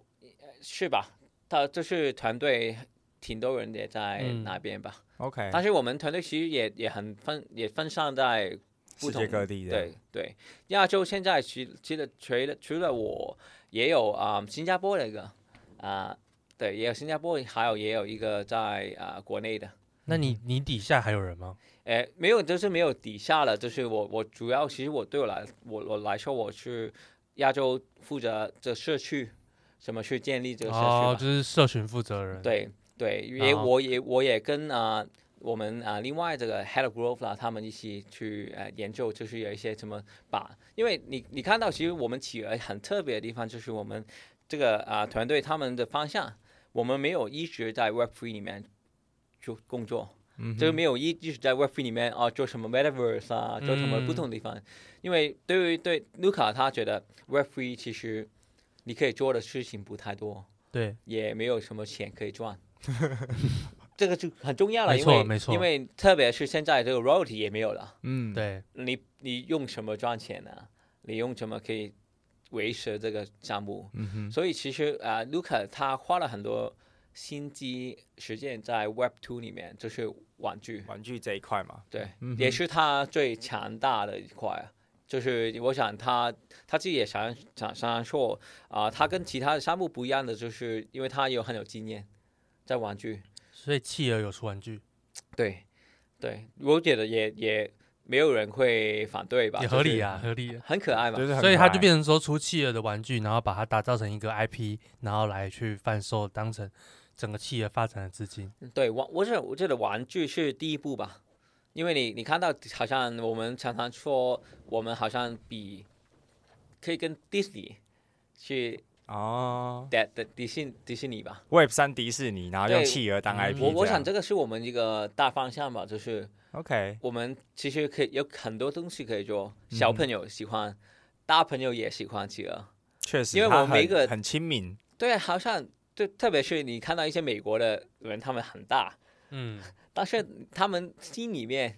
S4: 是吧？他就是团队挺多人也在
S2: 嗯
S4: 那边吧，
S3: ，OK，
S4: 但是我们团队其实也也很分也分散在不
S3: 世界
S4: 同
S3: 各地的，
S4: 对对，亚洲现在其其实除了除了我，也有啊、新加坡的一个啊、对，也有新加坡，还有也有一个在啊、国内的。
S2: 那你你底下还有人吗？
S4: 哎，没有，就是没有底下了，就是我我主要其实我对我来我我来说我是亚洲负责这社区怎么去建立这个社区吧。
S2: 哦，就是社群负责人。，
S4: 对对，因为
S2: 嗯然后
S4: 我也我也跟啊、呃我们啊、呃另外这个 Hello Grove 啦，他们一起去呃研究，就是有一些什么把，因为你你看到其实我们企鹅很特别的地方，就是我们这个啊、呃团队他们的方向，我们没有一直在 Web Three 里面。就工作，
S3: 嗯哼，
S4: 就是没有一一直在 Web3 里面啊做什么 Metaverse 啊，做什么不
S2: 嗯
S4: 同的地方，因为对于对 Luca 他觉得 Web3 其实你可以做的事情不太多，
S2: 对，
S4: 也没有什么钱可以 赚。这个就很重要了，
S2: 没
S4: 因
S2: 错
S4: 为
S2: 没错
S4: 因为特别是现在这个 royalty 也没有了，
S3: 嗯，
S2: 对，
S4: 你你用什么赚钱呢、你用什么可以维持这个项目？
S3: 嗯哼，
S4: 所以其实啊、呃、，Luca 他花了很多心机时间在 Web Two 里面，就是玩具，
S3: 玩具这一块嘛，
S4: 对，
S3: 嗯
S4: 也
S3: 哼
S4: 是他最强大的一块啊。就是我想他他自己也想想想说啊、他跟其他的项目不一样的，就是因为他有很有经验在玩具。
S2: 所以企鹅有出玩具，
S4: 对，对，我觉得也也没有人会反对吧，
S2: 也
S4: 就
S2: 合理
S4: 是
S2: 啊，合理啊。
S4: 很可爱嘛
S3: 就。是很
S2: 所以他就
S3: 可爱
S2: 变成说出企鹅的玩具，然后把它打造成一个 IP，然后来去贩售，当成整个企鹅发展的资金。
S4: 对，玩我是我觉得玩具是第一步吧，因为你你看到好像我们常常说我们好像比可以跟迪士尼去
S3: 哦
S4: 的的迪士迪士尼吧，
S3: ，Web 三迪士尼，然后用
S4: 对
S3: 企鹅当
S2: 嗯
S3: IP，
S4: 我我
S3: 这
S4: 想
S3: 样
S4: 这个是我们一个大方向吧，就是。
S3: OK，
S4: 我们其实可以有很多东西可以做，小
S3: 嗯
S4: 朋友喜欢，大朋友也喜欢企鹅。
S3: 确实，
S4: 因为
S3: 它
S4: 我们
S3: 很
S4: 一个
S3: 很亲民，
S4: 对，啊好像就特别是你看到一些美国的人，他们很大，
S2: 嗯，
S4: 但是他们心里面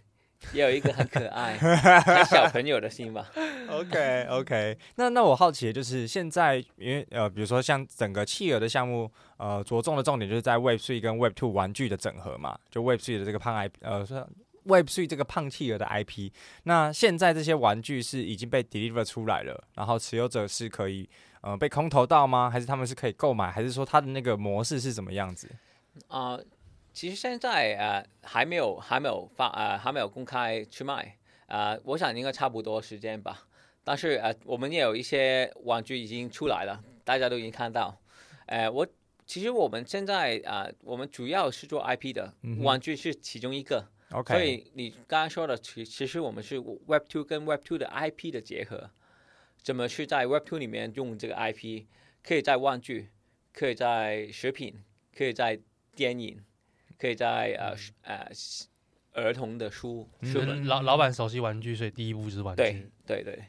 S4: 也有一个很可 爱、像小朋友的心吧。
S3: OK OK，那那我好奇的就是现在，因为呃，比如说像整个企鹅的项目，呃，着重的重点就是在 Web Three 跟 Web Two 玩具的整合嘛，就 Web Three 的这个胖 IP，呃，说 Web Three 这个胖企鹅的 IP。那现在这些玩具是已经被 deliver 出来了，然后持有者是可以呃被空投到吗？还是他们是可以购买？还是说它的那个模式是怎么样子？
S4: 啊、其实现在呃还没有还没有发呃还没有公开去卖，呃，我想应该差不多时间吧。但是呃，我们也有一些玩具已经出来了，大家都已经看到。呃，我其实我们现在啊、呃我们主要是做 IP 的，
S3: 嗯哼
S4: 玩具是其中一个。
S3: OK，
S4: 所以你刚刚说的，其其实我们是 Web Two 跟 Web Two 的 IP 的结合，怎么去在 Web Two 里面用这个 IP，可以在玩具，可以在食品，可以在电影，可以在呃是呃是儿童的书书
S2: 就是
S4: 本，
S2: 老老板熟悉玩具，所以第一步就是玩
S4: 对
S2: 具。
S4: 对对，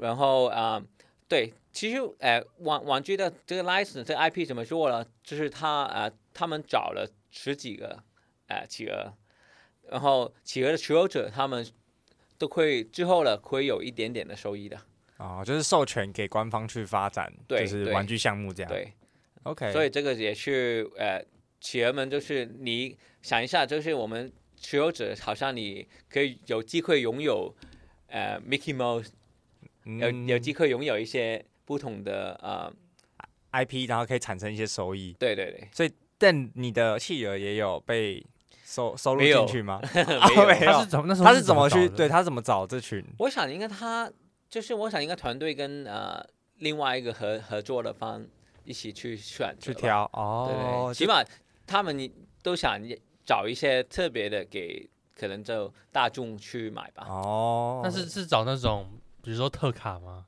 S4: 然后啊、呃对，其实呃玩玩具的这个 license 这个 IP 怎么做呢？就是他呃他们找了十几个呃企鹅，然后企鹅的持有者他们都会之后呢会有一点点的收益的，
S3: 哦，就是授权给官方去发展，
S4: 对
S3: 就是
S4: 对
S3: 玩具项目这样。
S4: 对，
S3: ，OK，
S4: 所以这个也是呃企鹅们就是你想一下，就是我们持有者好像你可以有机会拥有呃 Mickey Mouse，有
S3: 嗯
S4: 有机会拥有一些不同的呃
S3: IP，然后可以产生一些收益。
S4: 对对对。
S3: 但你的企鹅也有被收收入
S4: 没有
S3: 进 去吗？
S4: 没有
S3: 没有
S2: 他是怎么那时候
S3: 他是怎么去？
S2: 找的
S3: 对他怎么找这群？
S4: 我想应该他就是我想应该团队跟呃另外一个合合作的方一起去选择
S3: 去
S4: 吧，
S3: 挑
S4: 对对
S3: 哦，
S4: 起
S3: 就
S4: 码他们都想找一些特别的给可能就大众去买吧。
S3: 哦，
S2: 但是是找那种，比如说特卡吗？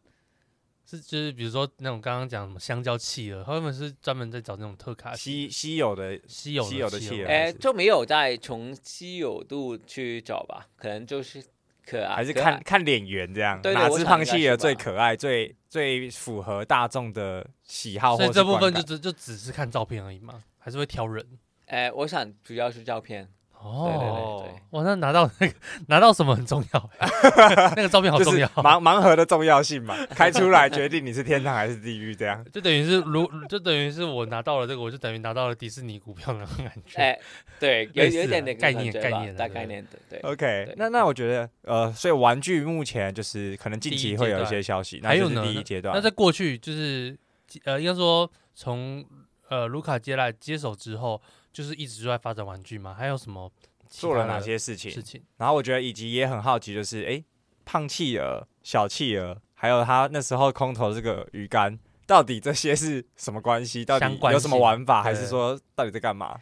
S2: 是就是比如说那种刚刚讲什么香蕉企鹅，他们是专门在找那种特卡
S3: 稀稀有的
S2: 稀有
S3: 稀有的企
S2: 企
S3: 鹅
S2: 鹅。
S4: 哎，
S3: 是
S4: 就没有再从稀有度去找吧，可能就是可爱，
S3: 还是
S4: 可
S2: 啊
S3: 看
S4: 爱
S3: 看脸缘这样，
S4: 对对
S3: 哪
S4: 我
S3: 只
S4: 想
S3: 胖
S4: 应该
S3: 企
S4: 是
S3: 鹅
S4: 吧
S3: 最可爱，最最符合大众的喜好或
S2: 所
S3: 是
S2: 以
S3: 观感？
S2: 这部分就只就只是看照片而已嘛，还是会挑人。
S4: 哎，我想主要是照片，对对
S2: 哦，
S4: 对对，
S2: 哇，那拿到那个拿到什么很重要，欸 那个照片好
S3: 就是
S2: 重要。
S3: 盲盲盒的重要性嘛，开出来决定你是天堂还是地狱这样。
S2: 就等于是如就等于是我拿到了这个，我就等于拿到了迪士尼股票那啊种感觉。
S4: 哎，对，有
S2: 类似
S4: 有一点
S2: 啊
S4: 点
S2: 概
S4: 感
S2: 念
S4: 觉
S2: 概
S4: 吧
S2: 念啊
S4: 大
S2: 对
S4: 概
S2: 对
S4: 念的，对，
S3: OK，
S4: 对
S3: 那那我觉得，呃，所以玩具目前就是可能近
S2: 第
S3: 期
S2: 一
S3: 会
S2: 阶
S3: 有一
S2: 段
S3: 些消息，那
S2: 还
S3: 这
S2: 有
S3: 是
S2: 呢
S3: 第一阶段。
S2: 那在过去就是呃，应该说从呃卢卡接来接手之后，就是一直就在发展玩具嘛，还有什么其
S3: 做了
S2: 他
S3: 哪
S2: 的
S3: 些事情
S2: 事？情？
S3: 然后我觉得以及也很好奇，就是诶，胖企鹅、小企鹅，还有他那时候空投这个鱼竿，到底这些是什么关系？到底
S2: 相关
S3: 有什么
S2: 性
S3: 玩法，还是
S2: 对
S3: 说到底在干嘛？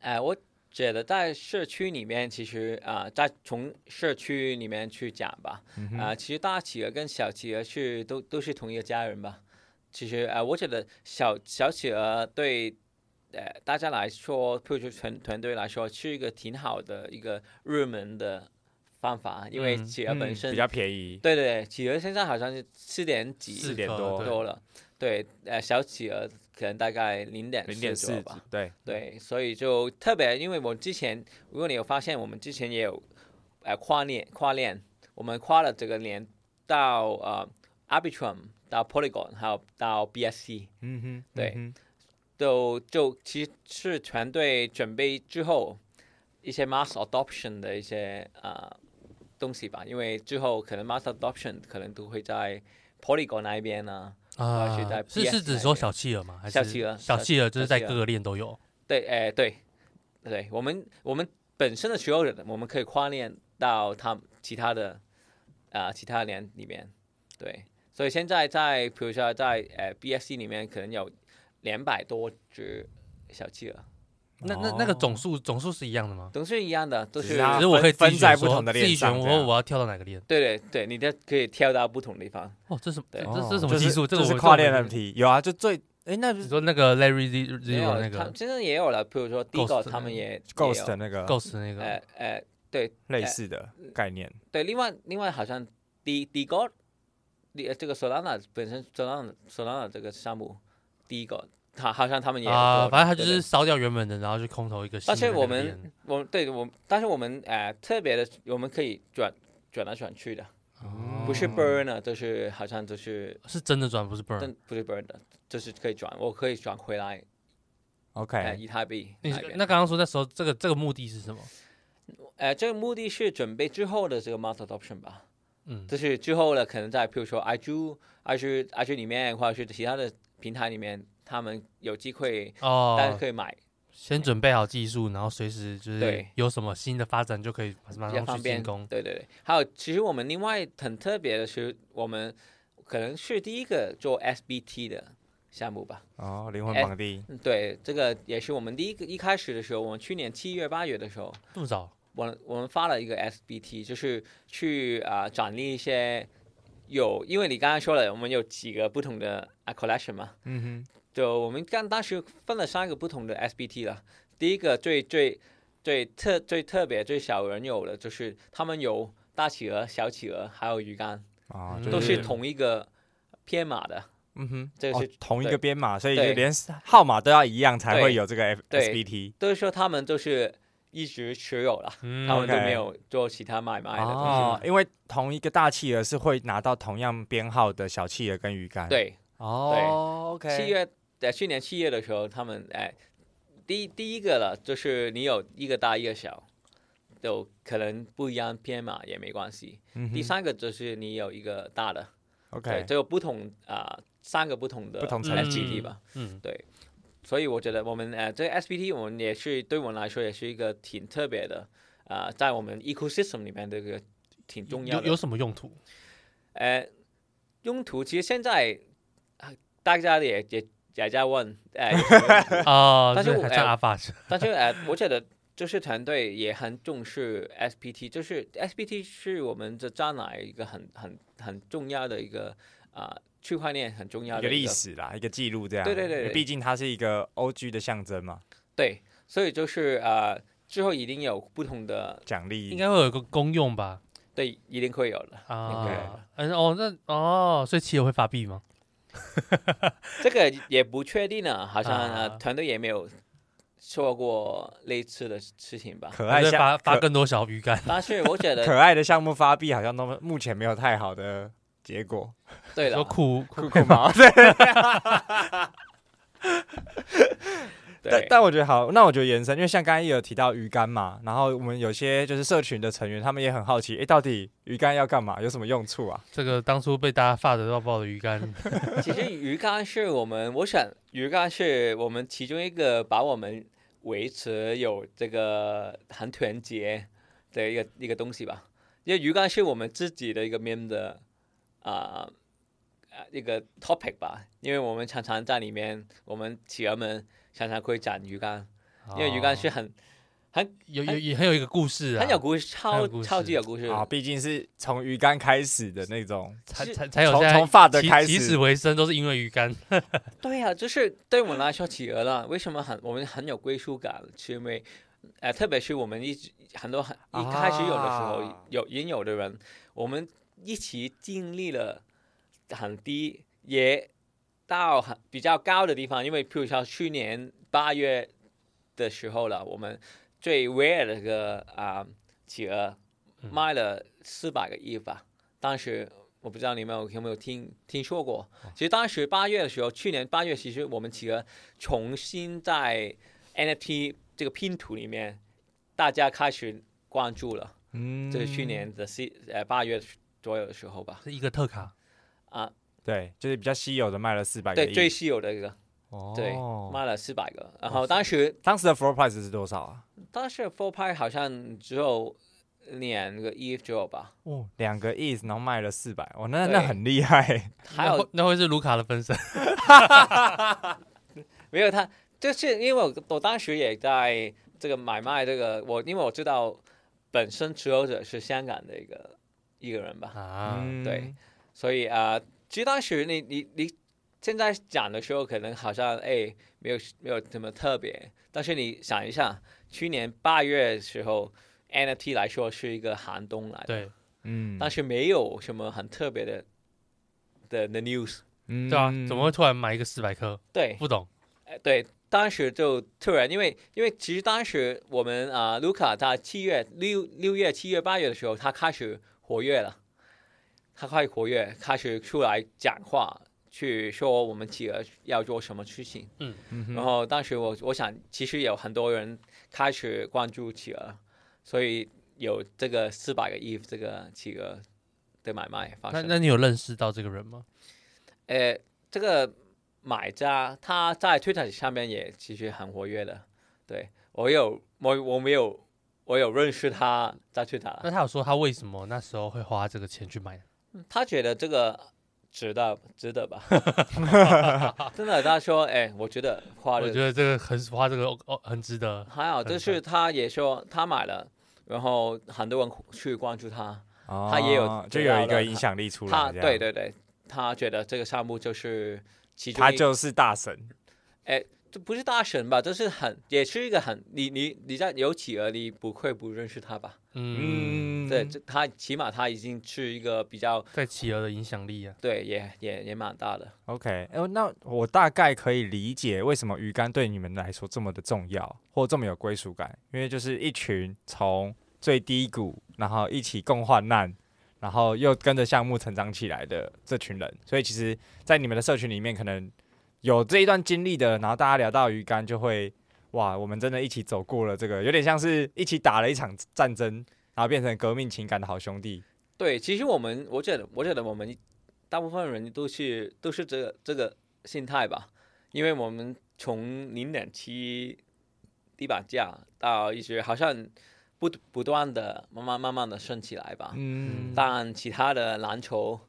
S4: 哎，我觉得在社区里面，其实啊、在从社区里面去讲吧，
S3: 嗯
S4: 啊、
S3: 哼，
S4: 其实大企鹅跟小企鹅是都都是同一个家人吧。其实啊、呃我觉得小小企鹅对呃大家来说，特别是团团队来说，是一个挺好的一个入门的方法，因为
S2: 嗯
S4: 企鹅本
S3: 嗯
S4: 身、
S3: 比较便宜，
S4: 对对，企鹅现在好像是四点几
S3: 四
S2: 四
S3: 点
S2: 颗
S3: 多
S2: 对
S4: 多了，对，呃，小企鹅可能大概零点
S3: 零点
S4: 左右
S3: 四
S4: 吧，，
S3: 对，
S4: 对，所以就特别，因为我之前，如果你有发现，我们之前也有，呃，跨链跨链，我们跨了这个链到呃 Arbitrum 到 Polygon 还有到 BSC，
S3: 嗯哼，
S4: 对
S3: 嗯
S4: 都就其实是团队准备之后一些 mass adoption 的一些呃东西吧，因为之后可能 mass adoption 可能都会在 Polygon 那一边呢、
S2: 啊
S4: 去在，
S2: 是是
S4: PS
S2: 指
S4: 那
S2: 说
S4: 边
S2: 小企鹅吗？还是
S4: 小企鹅
S2: 小
S4: 小
S2: 企鹅就是
S4: 小
S2: 在
S4: 企鹅
S2: 各个链都有。
S4: 对，哎、对，对，我们我们本身的所有人，我们可以跨链到他们其他的啊、其他链里面，对，所以现在在比如说在呃 BSC 里面可能有两百多只小企鹅，
S2: 那那那个
S3: 哦
S2: 总数总数是一样的吗？
S4: 都是一样的，都
S3: 只
S4: 是
S3: 它
S2: 只是我
S3: 分
S2: 可以自己
S3: 分在
S2: 选
S3: 不
S2: 说
S3: 同的
S2: 自
S3: 链
S2: 己
S3: 上
S2: 选
S3: 这
S2: 我
S3: 样
S2: 我要跳到哪个链？
S4: 对对对，你的可以跳到不同地方，
S2: 哦，这是什么？
S4: 对
S2: 这这是什
S3: 就
S2: 么技术？这个
S3: 就
S2: 我
S3: 是
S2: 这
S3: 跨
S2: 我
S3: 链
S2: 没
S3: NFT，有啊，就最诶，那不
S2: 你
S3: 是
S2: 说那个 Larry Z
S4: 没有
S2: Zero 那
S4: 他们
S2: 个
S4: 现在也有了，比如说
S2: Ghost
S4: Digo
S2: 的
S4: 他
S2: 那
S4: 们也
S3: Ghost
S4: 也
S3: 的那个
S2: Ghost 那
S4: 有
S2: 个
S4: 呃
S3: 哎
S4: 呃
S3: 类似的概念，
S4: 对，另外另外好像 D Digo，这个 Solana 本身 Solana Solana 这个项目 Digo，他好像他们也有
S2: 啊，
S4: 做
S2: 反正他
S4: 的
S2: 就
S4: 对
S2: 是
S4: 对
S2: 烧掉原本的，然后就空投一个新
S4: 但
S2: 的那
S4: 是
S2: 个
S4: 我
S2: 链。
S4: 们我们对我们，但是我们呃特别的，我们可以转转来转去的，
S2: 哦
S4: 不是
S3: 哦
S4: burn 的，就是好像就是
S2: 是真的转，不是 burn
S4: 但。不是 burn 的，就是可以转，我可以转回来，呃，
S3: OK，
S4: 以太币
S2: 哎你
S4: 那
S2: 是
S4: 边。
S2: 那刚刚说那时候这个这个目的是什么？
S4: 呃，这个目的是准备之后的这个 mass adoption 吧，
S2: 嗯，
S4: 就是之后呢，可能在譬如说 IG、IG、IG 里面，或者是其他的平台里面，他们有机会，大家
S2: 哦，
S4: 可以买
S2: 先准备好技术，然后随时就是
S4: 对
S2: 有什么新的发展就可以马
S4: 比较
S2: 上
S4: 方
S2: 去进
S4: 便
S2: 攻。
S4: 对对对，还有其实我们另外很特别的是，我们可能是第一个做 SBT 的项目吧。
S3: 哦，灵魂
S4: 哎
S3: 绑定，
S4: 嗯对，这个也是我们第一个一开始的时候，我们去年七月八月的时候，
S2: 这么早？
S4: 我我们发了一个 SBT，就是去啊、呃奖励一些有，因为你刚刚说了，我们有几个不同的啊 collection 嘛，
S3: 嗯
S4: 就我们刚当时分了三个不同的 SBT 了。第一个最最最特最特别最小人有的就是他们有大企鹅、小企鹅，还有鱼竿，
S3: 哼，啊，
S2: 嗯
S3: 就
S4: 都
S2: 是
S4: 是同一个编码的。
S3: 嗯哼，
S4: 这个
S3: 哦
S4: 是
S3: 同一个
S4: 对
S3: 编码，所以就
S4: 对
S3: 连号码都要一样才会
S4: 对
S3: 有这个 F
S4: 对
S3: SBT
S4: 都是说他们都是一直持有了，
S2: 嗯
S4: 他们都
S3: OK
S4: 没有做其他买卖的东西。
S3: 哦，因为同一个大企鹅是会拿到同样编号的小企鹅跟鱼竿，，
S4: 对，
S3: 哦，OK，
S4: 七月在去年七月的时候，他们哎，第第一个了，就是你有一个大一个小，就可能不一样编码也没关系。
S3: 嗯哼
S4: 第三个就是你有一个大的，对，
S3: ，OK，
S4: 就有不同啊、三个不同的呃
S3: 不同层级
S4: SBT 吧。
S2: 嗯，
S4: 所以我觉得我们呃，这个 SBT 我们也是对我们来说也是一个挺特别的啊、呃在我们 ecosystem 里面的一个挺重要
S2: 有
S4: 的
S2: 有什么 用途？
S4: 呃，用途其实现在啊大家也也也在问， 呃，有什么用途
S2: 啊，
S4: 但是
S2: 这
S4: 我
S2: 还
S4: 哎
S2: 在阿法是
S4: 但是呃，我觉得就是团队也很重视 SPT，就是 SPT 是我们的将来一个很很很重要的一个啊、区块链很重要
S3: 一
S4: 的
S3: 个
S4: 一个
S3: 历史啦，一个记录这样，
S4: 对对对
S3: 因为
S4: 对
S3: 毕竟它是一个 OG 的象征嘛，
S4: 对，所以就是呃之后一定有不同的
S3: 奖励
S2: 应该会有个功用吧？
S4: 对，一定会有的。
S2: 啊，嗯哦，那哦，所以企鹅会发币吗？
S4: 这个也不确定呢，好像、
S2: 啊
S4: 呃团队也没有做过类似的事情吧。
S3: 可
S2: 还
S3: 爱
S2: 是
S3: 项
S2: 发发
S3: 可
S2: 更多小鱼竿？
S4: 但是我觉得
S3: 可爱的项目发币好像都目前没有太好的结果，
S4: 对
S2: 说
S4: 了，
S2: 酷酷
S3: 酷酷毛， 但
S4: 对
S3: 但我觉得好，那我觉得延伸，因为像刚刚也有提到鱼竿嘛，然后我们有些就是社群的成员，他们也很好奇，诶，到底鱼竿要干嘛，有什么用处啊？
S2: 这个当初被大家发得到爆的鱼竿，
S4: 其实鱼竿是我们，我想鱼竿是我们其中一个把我们维持有这个很团结的一个一个东西吧。因为鱼竿是我们自己的一个 meme 的啊、呃、一个 topic 吧，因为我们常常在里面，我们企鹅们常常会讲鱼竿，因为鱼竿是
S2: 哦
S4: 很
S2: 有有也很有一个故事啊，
S4: 很有故事，
S2: 很有
S4: 超
S2: 故事
S4: 超级有故事。
S3: 啊，毕竟是从鱼竿开始的那种，
S2: 才
S4: 是
S2: 才才有
S3: 从
S2: 现在
S3: 从发的
S2: 起
S3: 开
S2: 起
S3: 始
S2: 死为生都是因为鱼竿。
S4: 对呀、就是对我们来说，企鹅了，为什么很我们很有归属感，是因为，呃，特别是我们一直很多很一开始有的时候、
S3: 啊
S4: 有也有的人，我们一起经历了很低，也到很比较高的地方，因为譬如说去年八月的时候了，我们最 rare 的一个啊、企鹅
S2: 嗯
S4: 卖了四百个亿吧，当时我不知道你们有有没有听听说过。其实当时八月的时候，去年八月，其实我们企鹅重新在 NFT 这个拼图里面，大家开始关注了。
S3: 嗯，
S4: 这是去年的四呃八月左右的时候吧。
S2: 是一个特卡，
S4: 啊，
S3: 对，就是比较稀有的卖了四百个
S4: 对，
S3: 亿，
S4: 最稀有的一个，对
S3: 哦，
S4: 卖了四百个。然后当时
S3: 当时的 floor price 是多少啊？
S4: 当时 Four 拍好像只有两个亿左右吧，
S3: 哦，两个亿，然后卖了四百，哦，那
S4: 对
S3: 那很厉害，
S4: 还
S2: 那
S4: 有
S2: 会那会是卢卡的分身。
S4: 没有他，就是因为我我当时也在这个买卖这个，我因为我知道本身持有者是香港的一个一个人吧，
S2: 啊，
S3: 嗯
S4: 对，所以啊、呃其实当时你你你现在讲的时候，可能好像哎没有没有什么特别，但是你想一下，去年八月的时候 NFT 来说是一个寒冬来的，
S2: 对
S3: 嗯，
S4: 但是没有什么很特别的的的 news，
S3: 嗯
S2: 对啊，怎么会突然买一个四百颗？
S4: 对，
S2: 不懂，
S4: 呃对，当时就突然，因为因为其实当时我们啊，卢卡他七月六六月、七月、八月的时候，他开始活跃了，他开始活跃，开始出来讲话，去说我们企鹅要做什么事情。
S3: 嗯哼
S4: 然后当时我我想，其实有很多人开始关注企鹅，所以有这个四百个亿这个企鹅的买卖发
S2: 那
S4: 生。
S2: 那你有认识到这个人吗？
S4: 呃，这个买家他在 Twitter 上面也其实很活跃的，对我有我我没有我有认识他扎去打，
S2: 那他有说他为什么那时候会啊花这个钱去买？
S4: 他觉得这个值得值得 吧？ 真的，他说哎，我觉得花
S2: 我
S4: 了
S2: 觉得这个很花这个哦哦很值得。
S4: 还好，就
S2: 很
S4: 是他也说他买了，然后很多人去关注他，
S3: 他
S4: 他也有
S3: 哦就
S4: 得到
S3: 有一个
S4: 了
S3: 影响力出来，
S4: 他
S3: 这样
S4: 对，对对，他觉得这个项目就是其中
S3: 他
S4: 一
S3: 就是大神，
S4: 这不是大神吧，就是很也是一个很你你你在有企鹅，你不会不认识他吧？
S2: 嗯，
S4: 对，这他起码他已经是一个比较
S2: 在企鹅的影响力啊，
S4: 对，也也也蛮大的。
S3: OK，哦，那我大概可以理解为什么鱼竿对你们来说这么的重要，或这么有归属感，因为就是一群从最低谷，然后一起共患难，然后又跟着项目成长起来的这群人，所以其实，在你们的社群里面，可能有这一段经历的，然后大家聊到鱼竿，就会哇，我们真的一起走过了这个，有点像是一起打了一场战争，然后变成革命情感的好兄弟。
S4: 对，其实我们我觉得我觉得我们大部分人都是都是这个这个心态吧，因为我们从零点七地板价到一直好像不不断的慢慢慢慢的升起来吧。
S3: 嗯，
S4: 但其他的篮球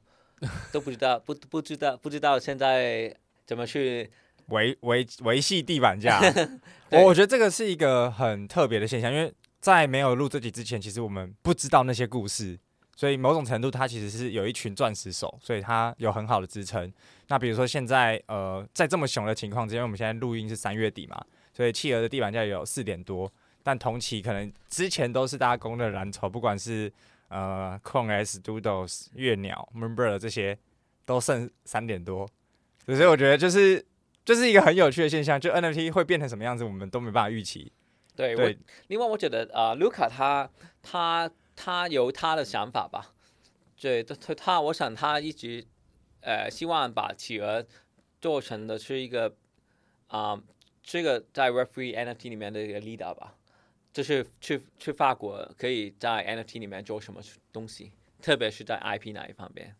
S4: 都不知道，不不知道，不知道现在怎么去
S3: 维维维系地板价。我
S4: 对
S3: 我觉得这个是一个很特别的现象，因为在没有录这集之前，其实我们不知道那些故事，所以某种程度它其实是有一群钻石手，所以它有很好的支撑。那比如说现在呃，在这么熊的情况之下，因为我们现在录音是三月底嘛，所以企鹅的地板价有四点多，但同期可能之前都是大家公认的蓝筹，不管是呃 c o n S、Doodles、月鸟、Moonbird 这些都剩三点多，所以我觉得就是就是一个很有趣的现象，就 NFT 会变成什么样子，我们都没办法预期。
S4: 对我
S3: 对，
S4: 另外，我觉得啊、呃、，Luca 他他他有他的想法吧，对，他他我想他一直呃希望把企鹅做成的是一个啊、这个在 Web3 NFT 里面的一个 leader 吧，就是去去法国可以在 NFT 里面做什么东西，特别是在 IP 那一方面。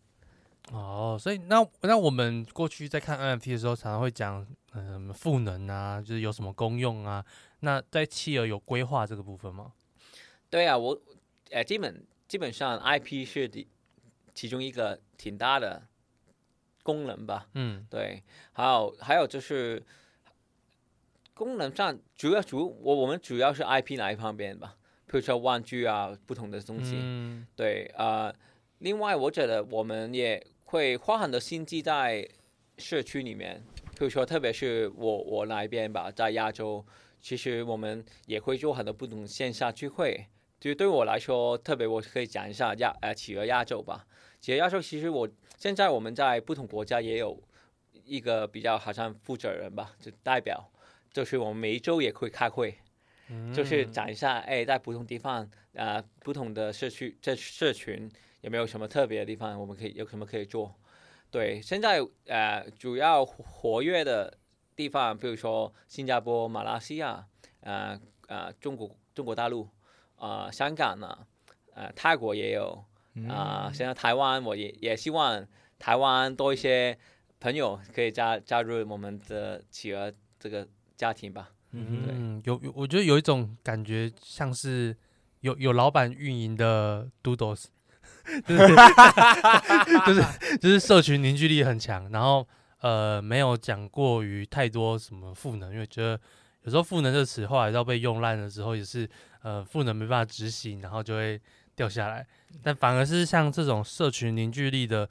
S2: 哦，所以那那我们过去在看 NFT 的时候，常常会讲嗯、赋能啊，就是有什么功用啊。那在企鹅有规划这个部分吗？
S4: 对啊，我呃基本基本上 IP 是的其中一个挺大的功能吧。
S2: 嗯，
S4: 对，还有还有就是功能上主要主我我们主要是 IP 哪一方面吧，比如说玩具啊不同的东西，
S2: 嗯
S4: 对啊、呃另外我觉得我们也会花很多心机在社区里面，比如说特别是我我那一边吧，在亚洲，其实我们也会做很多不同的线下聚会。就对我来说，特别我可以讲一下亚呃企鹅亚洲吧。企鹅亚洲其实我现在我们在不同国家也有一个比较好像负责人吧，就代表，就是我们每一周也会开会，
S2: 嗯
S4: 就是讲一下，哎，在不同地方，呃，不同的社区这社群有没有什么特别的地方，我们可以有什么可以做？对，现在呃主要活跃的地方，比如说新加坡、马来西亚，呃呃中国中国大陆，啊、香港呢、呃泰国也有，
S3: 嗯
S4: 啊、现在台湾我也也希望台湾多一些朋友可以加加入我们的企鹅这个家庭吧。对
S2: 嗯，有有，我觉得有一种感觉像是有有老板运营的 Doodles，就是 就是就是社群凝聚力很强，然后呃没有讲过于太多什么赋能，因为觉得有时候赋能这个词后来到被用烂了之后，也是呃赋能没办法执行，然后就会掉下来。但反而是像这种社群凝聚力的，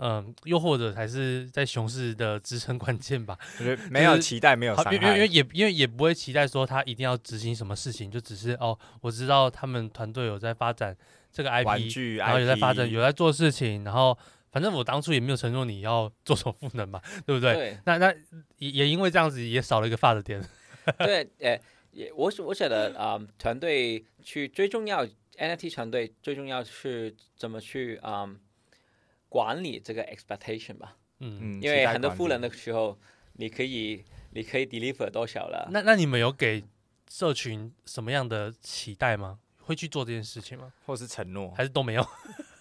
S2: 嗯、又或者才是在熊市的支撑关键吧。
S3: 我觉得没有
S2: 就是
S3: 期待，没有伤
S2: 好，因为因为
S3: 害。
S2: 也因为也不会期待说他一定要执行什么事情，就只是哦，我知道他们团队有在发展这个 IP，
S3: 玩具嗯
S2: 然后有在发展，
S3: IP
S2: 有在做事情，然后反正我当初也没有承诺你要做什么赋能嘛，对不对？
S4: 对
S2: 那那也也因为这样子也少了一个发的点，
S4: 对，呃，也我是我觉得啊、呃团队去最重要，NFT 团队最重要是怎么去啊、呃管理这个 expectation 吧，
S2: 嗯。
S3: 嗯，
S4: 因
S3: 期
S4: 为
S3: 待
S4: 很多
S3: 管
S4: 富
S3: 理
S4: 人的时候，你可以你可以 deliver 多少了。
S2: 那那你们有给社群什么样的期待吗？会去做这件事情吗？
S3: 或是承诺，
S2: 还是都没有？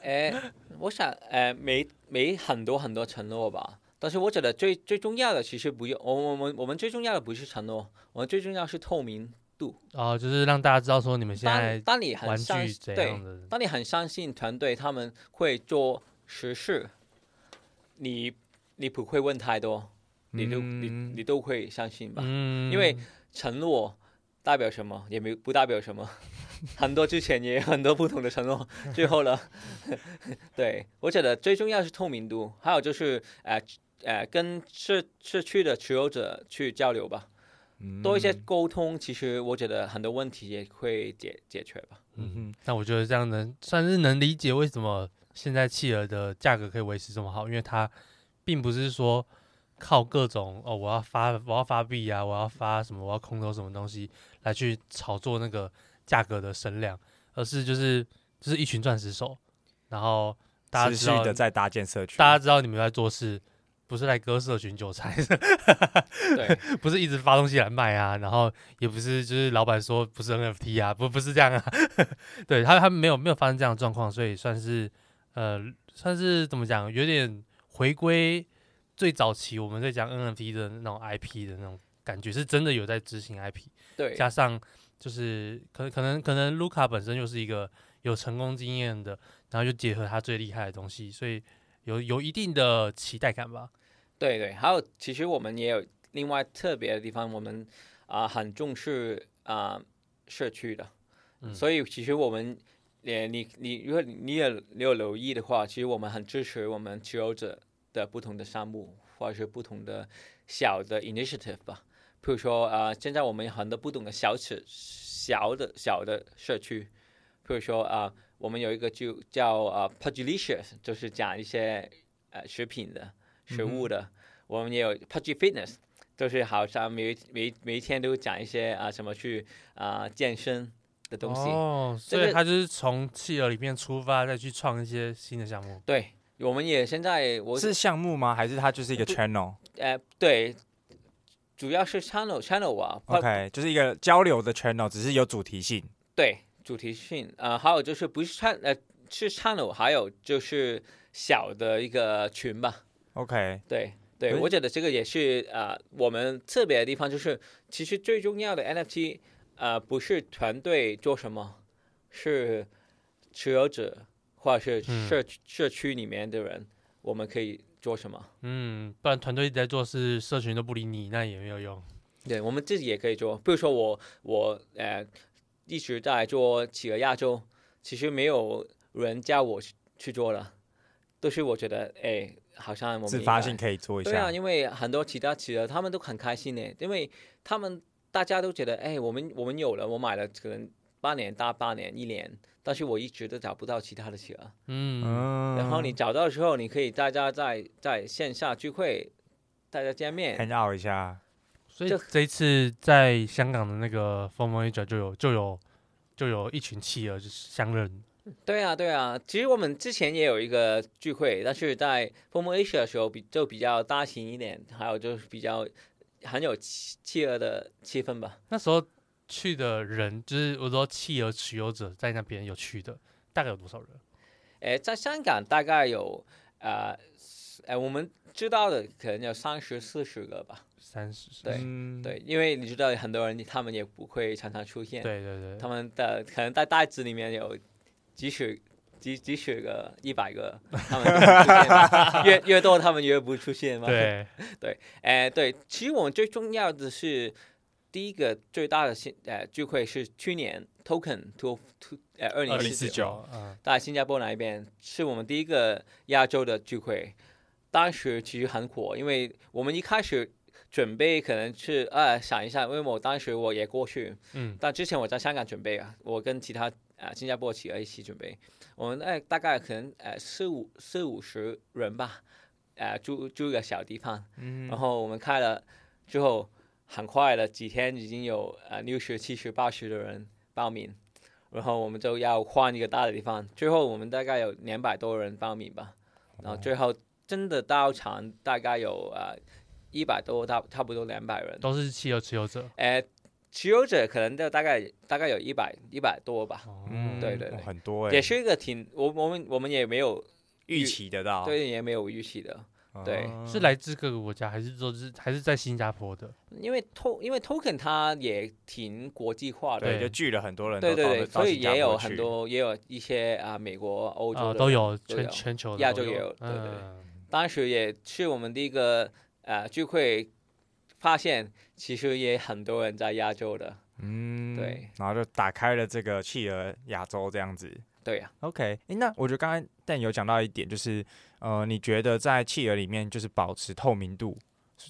S4: 哎，我想，呃，没没很多很多承诺吧，但是我觉得最最重要的其实不用，我我们我们最重要的不是承诺，我们最重要是透明。
S2: 哦，就是让大家知道说你们现
S4: 当
S2: 在
S4: 当你很
S2: 玩
S4: 相
S2: 具
S4: 信
S2: 怎
S4: 对
S2: 样，的，
S4: 当你很相信团队他们会做实事，你你不会问太多，你都、你
S2: 嗯
S4: 你都会相信吧？
S2: 嗯
S4: 因为承诺代表什么？也没不代表什么。 很多之前也有很多不同的承 诺，最后呢， 对我觉得最重要是透明度，还有就是呃呃跟社社区的持有者去交流吧，
S2: 嗯
S4: 多一些
S3: 嗯
S4: 沟通，其实我觉得很多问题也会解解决吧。
S2: 嗯，那我觉得这样能算是能理解为什么现在企鹅的价格可以维持这么好，因为它并不是说靠各种哦，我要发我要发币啊，我要发什么，我要空投什么东西来去炒作那个价格的升量，而是就是就是一群钻石手，然后大家
S3: 持
S2: 知
S3: 续
S2: 道
S3: 的在搭建社区，
S2: 大家知道你们在做事，不是来割社群韭菜的，
S4: 对，
S2: 不是一直发东西来卖啊，然后也不是就是老板说不是 NFT 啊，不不是这样啊， 对他他们没有没有发生这样的状况，所以算是呃算是怎么讲，有点回归最早期我们在讲 NFT 的那种 IP 的那种感觉，是真的有在执行 IP，
S4: 对，
S2: 加上就是可能可能可能卢卡本身就是一个有成功经验的，然后又结合他最厉害的东西，所以有有一定的期待感吧。
S4: 对对，还有其实我们也有另外特别的地方，我们啊、很重视啊、社区的，
S2: 嗯
S4: 所以其实我们也你你如果你也你有留意的话，其实我们很支持我们持有者的不同的项目或者是不同的小的 initiative 吧，比如说啊、现在我们有很多不同的小尺小的小的社区，比如说啊、我们有一个就叫啊、Pugilicious，就是讲一些呃食品的。食物的，我们也有 Pudgy Fitness，就是好像每每每一天都讲一些啊什么去啊健身的东西。
S2: 哦，所
S4: 这
S2: 以
S4: 个
S2: 他就是从企鹅里面出发，再去创一些新的项目。
S4: 对，我们也现在我
S3: 是项目吗？还是它就是一个
S4: 不
S3: channel？
S4: 呃对，主要是 channel channel 啊不
S3: OK，就是一个交流的 channel，只是有主题性。
S4: 对主题性啊，还有就是不是 channel 呃是 channel，还有就是小的一个群吧，
S3: OK，
S4: 对。对，
S3: 可是
S4: 我觉得这个也是啊、呃我们特别的地方就是，其实最重要的 NFT，呃，不是团队做什么，是持有者或者是
S2: 嗯
S4: 社、社区里面的人，我们可以做什么？
S2: 嗯，不然团队一直在做事，社群都不理你，那也没有用。
S4: 对我们自己也可以做，比如说我我呃一直在做企鹅亚洲，其实没有人叫我去去做了，都是我觉得哎，好像我们
S3: 自
S4: 应
S3: 发
S4: 该
S3: 性可以做一
S4: 对啊，
S3: 下。
S4: 因为很多其他企鹅他们都很开心呢，因为他们大家都觉得，哎，我们我们有了，我买了可能八年大八年一年，但是我一直都找不到其他的企鹅。
S2: 嗯，
S3: 嗯
S4: 然后你找到的时候，你可以大家在在线下聚会，大家见面。
S3: 很绕一下，
S2: 所以
S4: 这
S2: 这一次在香港的那个风风一转就有就有就有一群企鹅就是相认。
S4: 对啊，对啊。其实我们之前也有一个聚会，但是在 Form Asia 的时候比就比较大型一点，还有就是比较很有企企鹅的气氛吧。
S2: 那时候去的人，就是我说企鹅持有者在那边有去的，大概有多少人？
S4: 诶，在香港大概有呃，诶，我们知道的可能有三十四十个吧。
S2: 三十。
S4: 对
S3: 嗯，
S4: 对，因为你知道很多人他们也不会常常出现，
S2: 对对
S4: 他
S2: 对，
S4: 们的可能在袋子里面有几十。几几十个、一百个，他们都不出现嘛越越多，他们越不出现嘛。，
S2: 对，
S4: 哎，对，其实我们最重要的是第一个最大的新呃聚会是去年 Token Two Two 呃二零四
S3: 2049
S4: 九，
S2: 哦，嗯，
S4: 在新加坡那一边是我们第一个亚洲的聚会，当时其实很火，因为我们一开始准备可能是呃想一下，因为我当时我也过去，
S2: 嗯，
S4: 但之前我在香港准备啊，我跟其他呃新加坡企鹅一起准备，我们呃大概可能呃四五四五十人吧，呃租租一个小地方，
S3: 嗯
S4: 然后我们开了之后，很快的几天已经有呃六十、七十、八十的人报名，然后我们就要换一个大的地方。最后我们大概有两百多人报名吧，然后最后真的到场大概有呃一百多到差不多两百人。
S2: 都是企鹅持有者。
S4: 呃，持有者可能就大概大概有一百一百多吧，
S2: 哦，
S3: 嗯
S4: 对对对
S3: 哦很多哎，
S4: 也是一个挺我我们我们也没有
S3: 预期得到，
S4: 对也没有预期的。对
S3: 哦
S2: 是来自各个国家，还是说是还是在新加坡的？
S4: 因为 to 因为 token 它也挺国际化的，
S2: 对
S3: 对，就聚了很多人都
S4: 对
S3: 到，
S4: 对对，
S3: 到
S4: 所以
S3: 新加
S4: 也有
S3: 坡
S4: 很
S3: 去
S4: 多也有一些啊美国、欧洲
S2: 啊，
S4: 的
S2: 都有
S4: 都
S2: 全
S4: 有
S2: 全球的
S4: 亚
S2: 都
S4: 洲也有对对
S2: 嗯，
S4: 当时也是我们的一个呃聚会，发现其实也很多人在亚洲的，
S3: 嗯，
S4: 对，
S3: 然后就打开了这个企鹅亚洲这样子。
S4: 对呀、
S3: OK，诶那我觉得刚才但有讲到一点，就是呃，你觉得在企鹅里面就是保持透明度，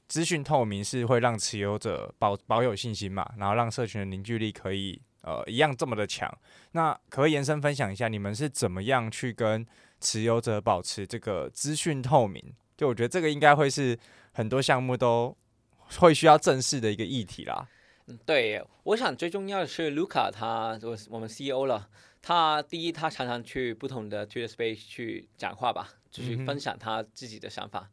S3: 资讯透明是会让持有者保保有信心嘛，然后让社群的凝聚力可以呃一样这么的强。那可不可以延伸分享一下，你们是怎么样去跟持有者保持这个资讯透明？就我觉得这个应该会是很多项目都会需要正视的一个议题啦。
S4: 嗯对，我想最重要的是 Luca 他我我们 CEO 了，他第一他常常去不同的 Twitter Space 去讲话吧，就是
S3: 嗯哼
S4: 分享他自己的想法。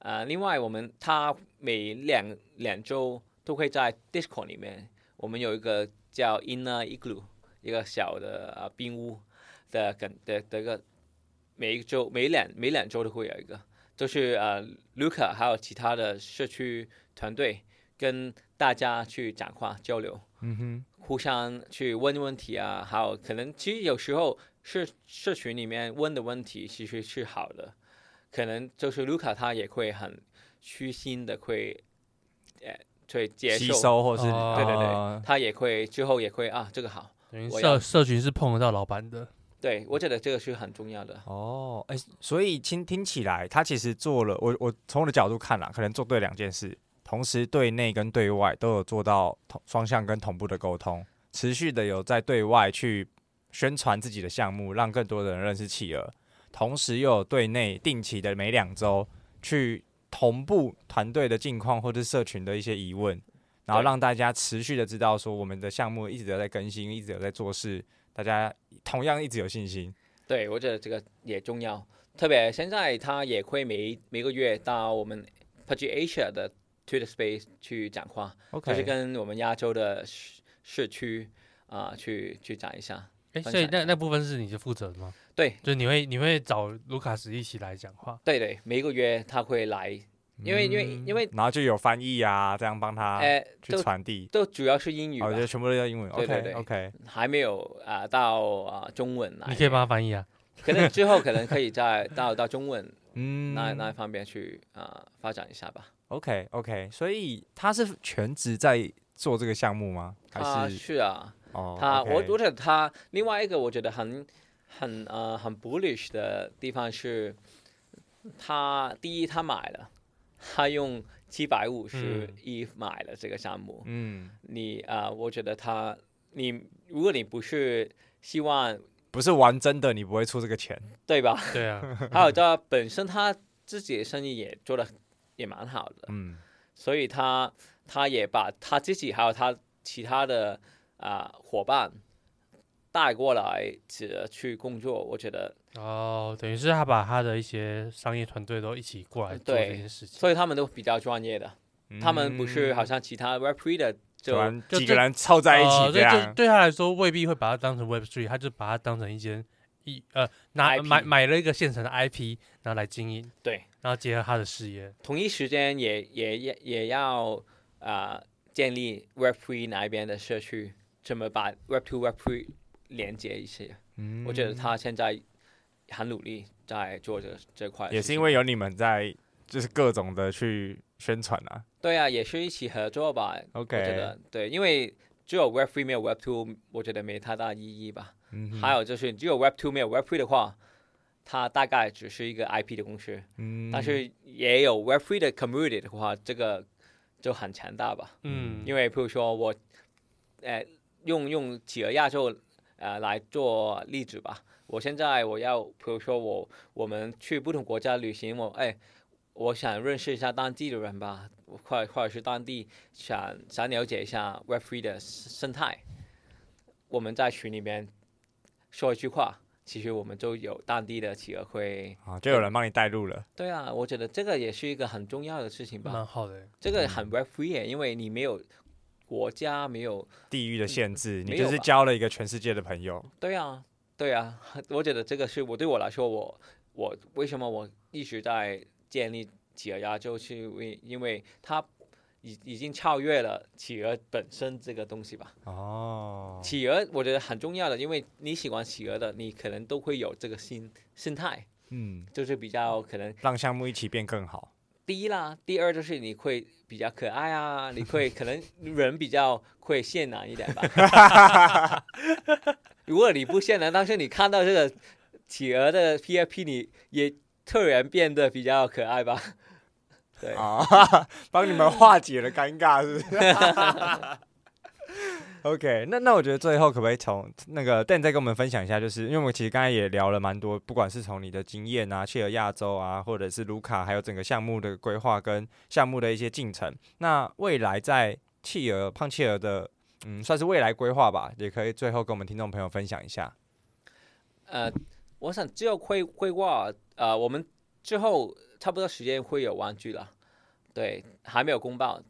S4: 呃，另外我们他每两两周都会在 Discord 里面，我们有一个叫 Inner Igloo 一个小的呃冰屋的跟的的一个每一周每两每两周都会有一个，就是呃 Luca 还有其他的社区团队跟大家去讲话交流，
S3: 嗯哼，
S4: 互相去问问题啊，还有可能其实有时候社社群里面问的问题其实是好的，可能就是卢卡他也会很虚心的会，呃，会接
S3: 吸
S4: 受，
S3: 收或是、
S2: 哦
S4: 对对对
S3: 呃
S4: 他也会之后也会啊这个好，
S2: 等于
S4: 我
S2: 社
S4: 要
S2: 社群是碰得到老板的，
S4: 对我觉得这个是很重要的，
S3: 哦，哎、所以听听起来，他其实做了，我我从我的角度看啦，可能做对两件事，同时对内跟对外都有做到同双向跟同步的沟通，持续的有在对外去宣传自己的项目，让更多的人认识企鹅，同时又有对内定期的每两周去同步团队的近况或者社群的一些疑问，然后
S4: 对
S3: 让大家持续的知道说我们的项目一直有在更新，一直有在做事，大家同样一直有信心。
S4: 对我觉得这个也重要，特别现在他也会每每个月到我们 p a g e Asia 的 Twitter Space 去讲话，
S3: OK，
S4: 就是跟我们亚洲的市市区啊、去去讲一下。
S2: 哎，
S4: 分
S2: 所
S4: 享
S2: 以
S4: 一
S2: 那
S4: 下
S2: 那部分是你是负责的吗？
S4: 对
S2: 就是你会你会找卢卡斯一起来讲话，
S4: 对对，每一个月他会来，因为因为因为
S3: 然后就有翻译嗯啊，这样帮他
S4: 呃
S3: 去
S4: 都
S3: 传递。
S4: 都主要是英语吧
S3: 哦，，就全部都要英文。
S4: 对对
S3: OK
S4: 对
S3: OK，
S4: 还没有啊、到啊、中文来。
S2: 你可以帮他翻 译啊。
S4: 可能之后可能可以再到到中 文
S3: 嗯
S4: 那那一方面去啊、发展一下吧。
S3: OK OK，所以他是全职在做这个项目吗？
S4: 他
S3: 还是
S4: 是啊，
S3: 哦，
S4: 他
S3: OK
S4: 我我觉得他另外一个我觉得很很呃很 bullish 的地方是，他第一他买了，他用七百五十
S2: 嗯
S4: 亿买了这个项目。
S3: 嗯，
S4: 你啊、呃我觉得他你如果你不是希望
S3: 不是玩真的，你不会出这个钱。
S4: 对吧？
S2: 对啊，
S4: 还有他本身他自己的生意也做的也蛮好的，
S3: 嗯，
S4: 所以他他也把他自己还有他其他的啊、伙伴带过来，只去工作。我觉得，
S2: 哦，等于是他把他的一些商业团队都一起过来做
S4: 呃对
S2: 这件事情。
S4: 所以他们都比较专业的，
S3: 嗯
S4: 他们不是好像其他 Web Three 的
S3: 突
S4: 就哦
S3: 然
S2: 就
S3: 几
S2: 这
S3: 个人凑在一
S2: 呃
S3: 起这
S2: 对对
S3: 样。
S2: 对他来说未必会把它当成 Web Three，他就把它当成一间一呃拿
S4: IP
S2: 买买了一个现成的 IP，然后来经营，
S4: 对，
S2: 然后结合他的事业。
S4: 同一时间也也也也要啊、建立 Web Three 那一边的社区，怎么把 Web Two、Web Three 连接一些？
S3: 嗯
S4: 我觉得他现在很努力在做这这块，
S3: 也是因。为有你们在，就是各种的去宣传啊。
S4: 对啊，也是一起合作吧。
S3: OK
S4: 我觉得对，因为只有 Web Three 没有 Web Two，我觉得没太大意义吧。
S3: 嗯哼，
S4: 还有就是只有 Web Two 没有 Web Three 的话，它大概只是一个 IP 的公司，
S3: 嗯
S4: 但是也有 Web Three 的 Community 的话，这个就很强大吧。
S2: 嗯，
S4: 因为譬如说我，呃，用用企鹅亚洲呃来做例子吧。我现在我要，比如说我我们去不同国家旅行，我哎，我想认识一下当地的人吧，或或者是当地想想了解一下 Web Three 的生态。我们在群里面说一句话，其实我们就有当地的企鹅会。
S3: 啊，就有人帮你带路了。
S4: 对啊，我觉得这个也是一个很重要的事情吧。
S2: 蛮好的。
S4: 这个很 web free，耶因为你没有国家，没有
S3: 地域的限制，你
S4: 嗯没
S3: 就
S4: 有
S3: 是
S4: 吧
S3: 交了一个全世界的朋友。
S4: 对啊，对啊， 我觉得这个是我对我来说，我我为什么我一直在建立企鹅亚洲，是因为因为它已已经超越了企鹅本身这个东西吧。
S3: 哦，
S4: 企鹅我觉得很重要的，因为你喜欢企鹅的，你可能都会有这个心心态，
S3: 嗯，
S4: 就是比较可能
S3: 让项目一起变更好。
S4: 第一啦，第二就是你会比较可爱啊，你会可能人比较会现男一点吧。如果你不现男，但是你看到这个企鹅的 PFP，你也突然变得比较可爱吧？对，
S3: 啊， 帮 你们化解了尴尬，是 不是？OK，那那我觉得最后可不可以从那个 Dan 再跟我们分享一下，就是因为我们其实刚才也聊了蛮多，不管是从你的经验啊、切尔亚洲啊，或者是卢卡，还有整个项目的规划跟项目的一些进程。那未来在企鹅胖企鹅的，嗯，算是未来规划吧，也可以最后跟我们听众朋友分享一下。
S4: 呃，我想只有规规划，呃，我们之后差不多时间会有玩具了，对，还没有公报，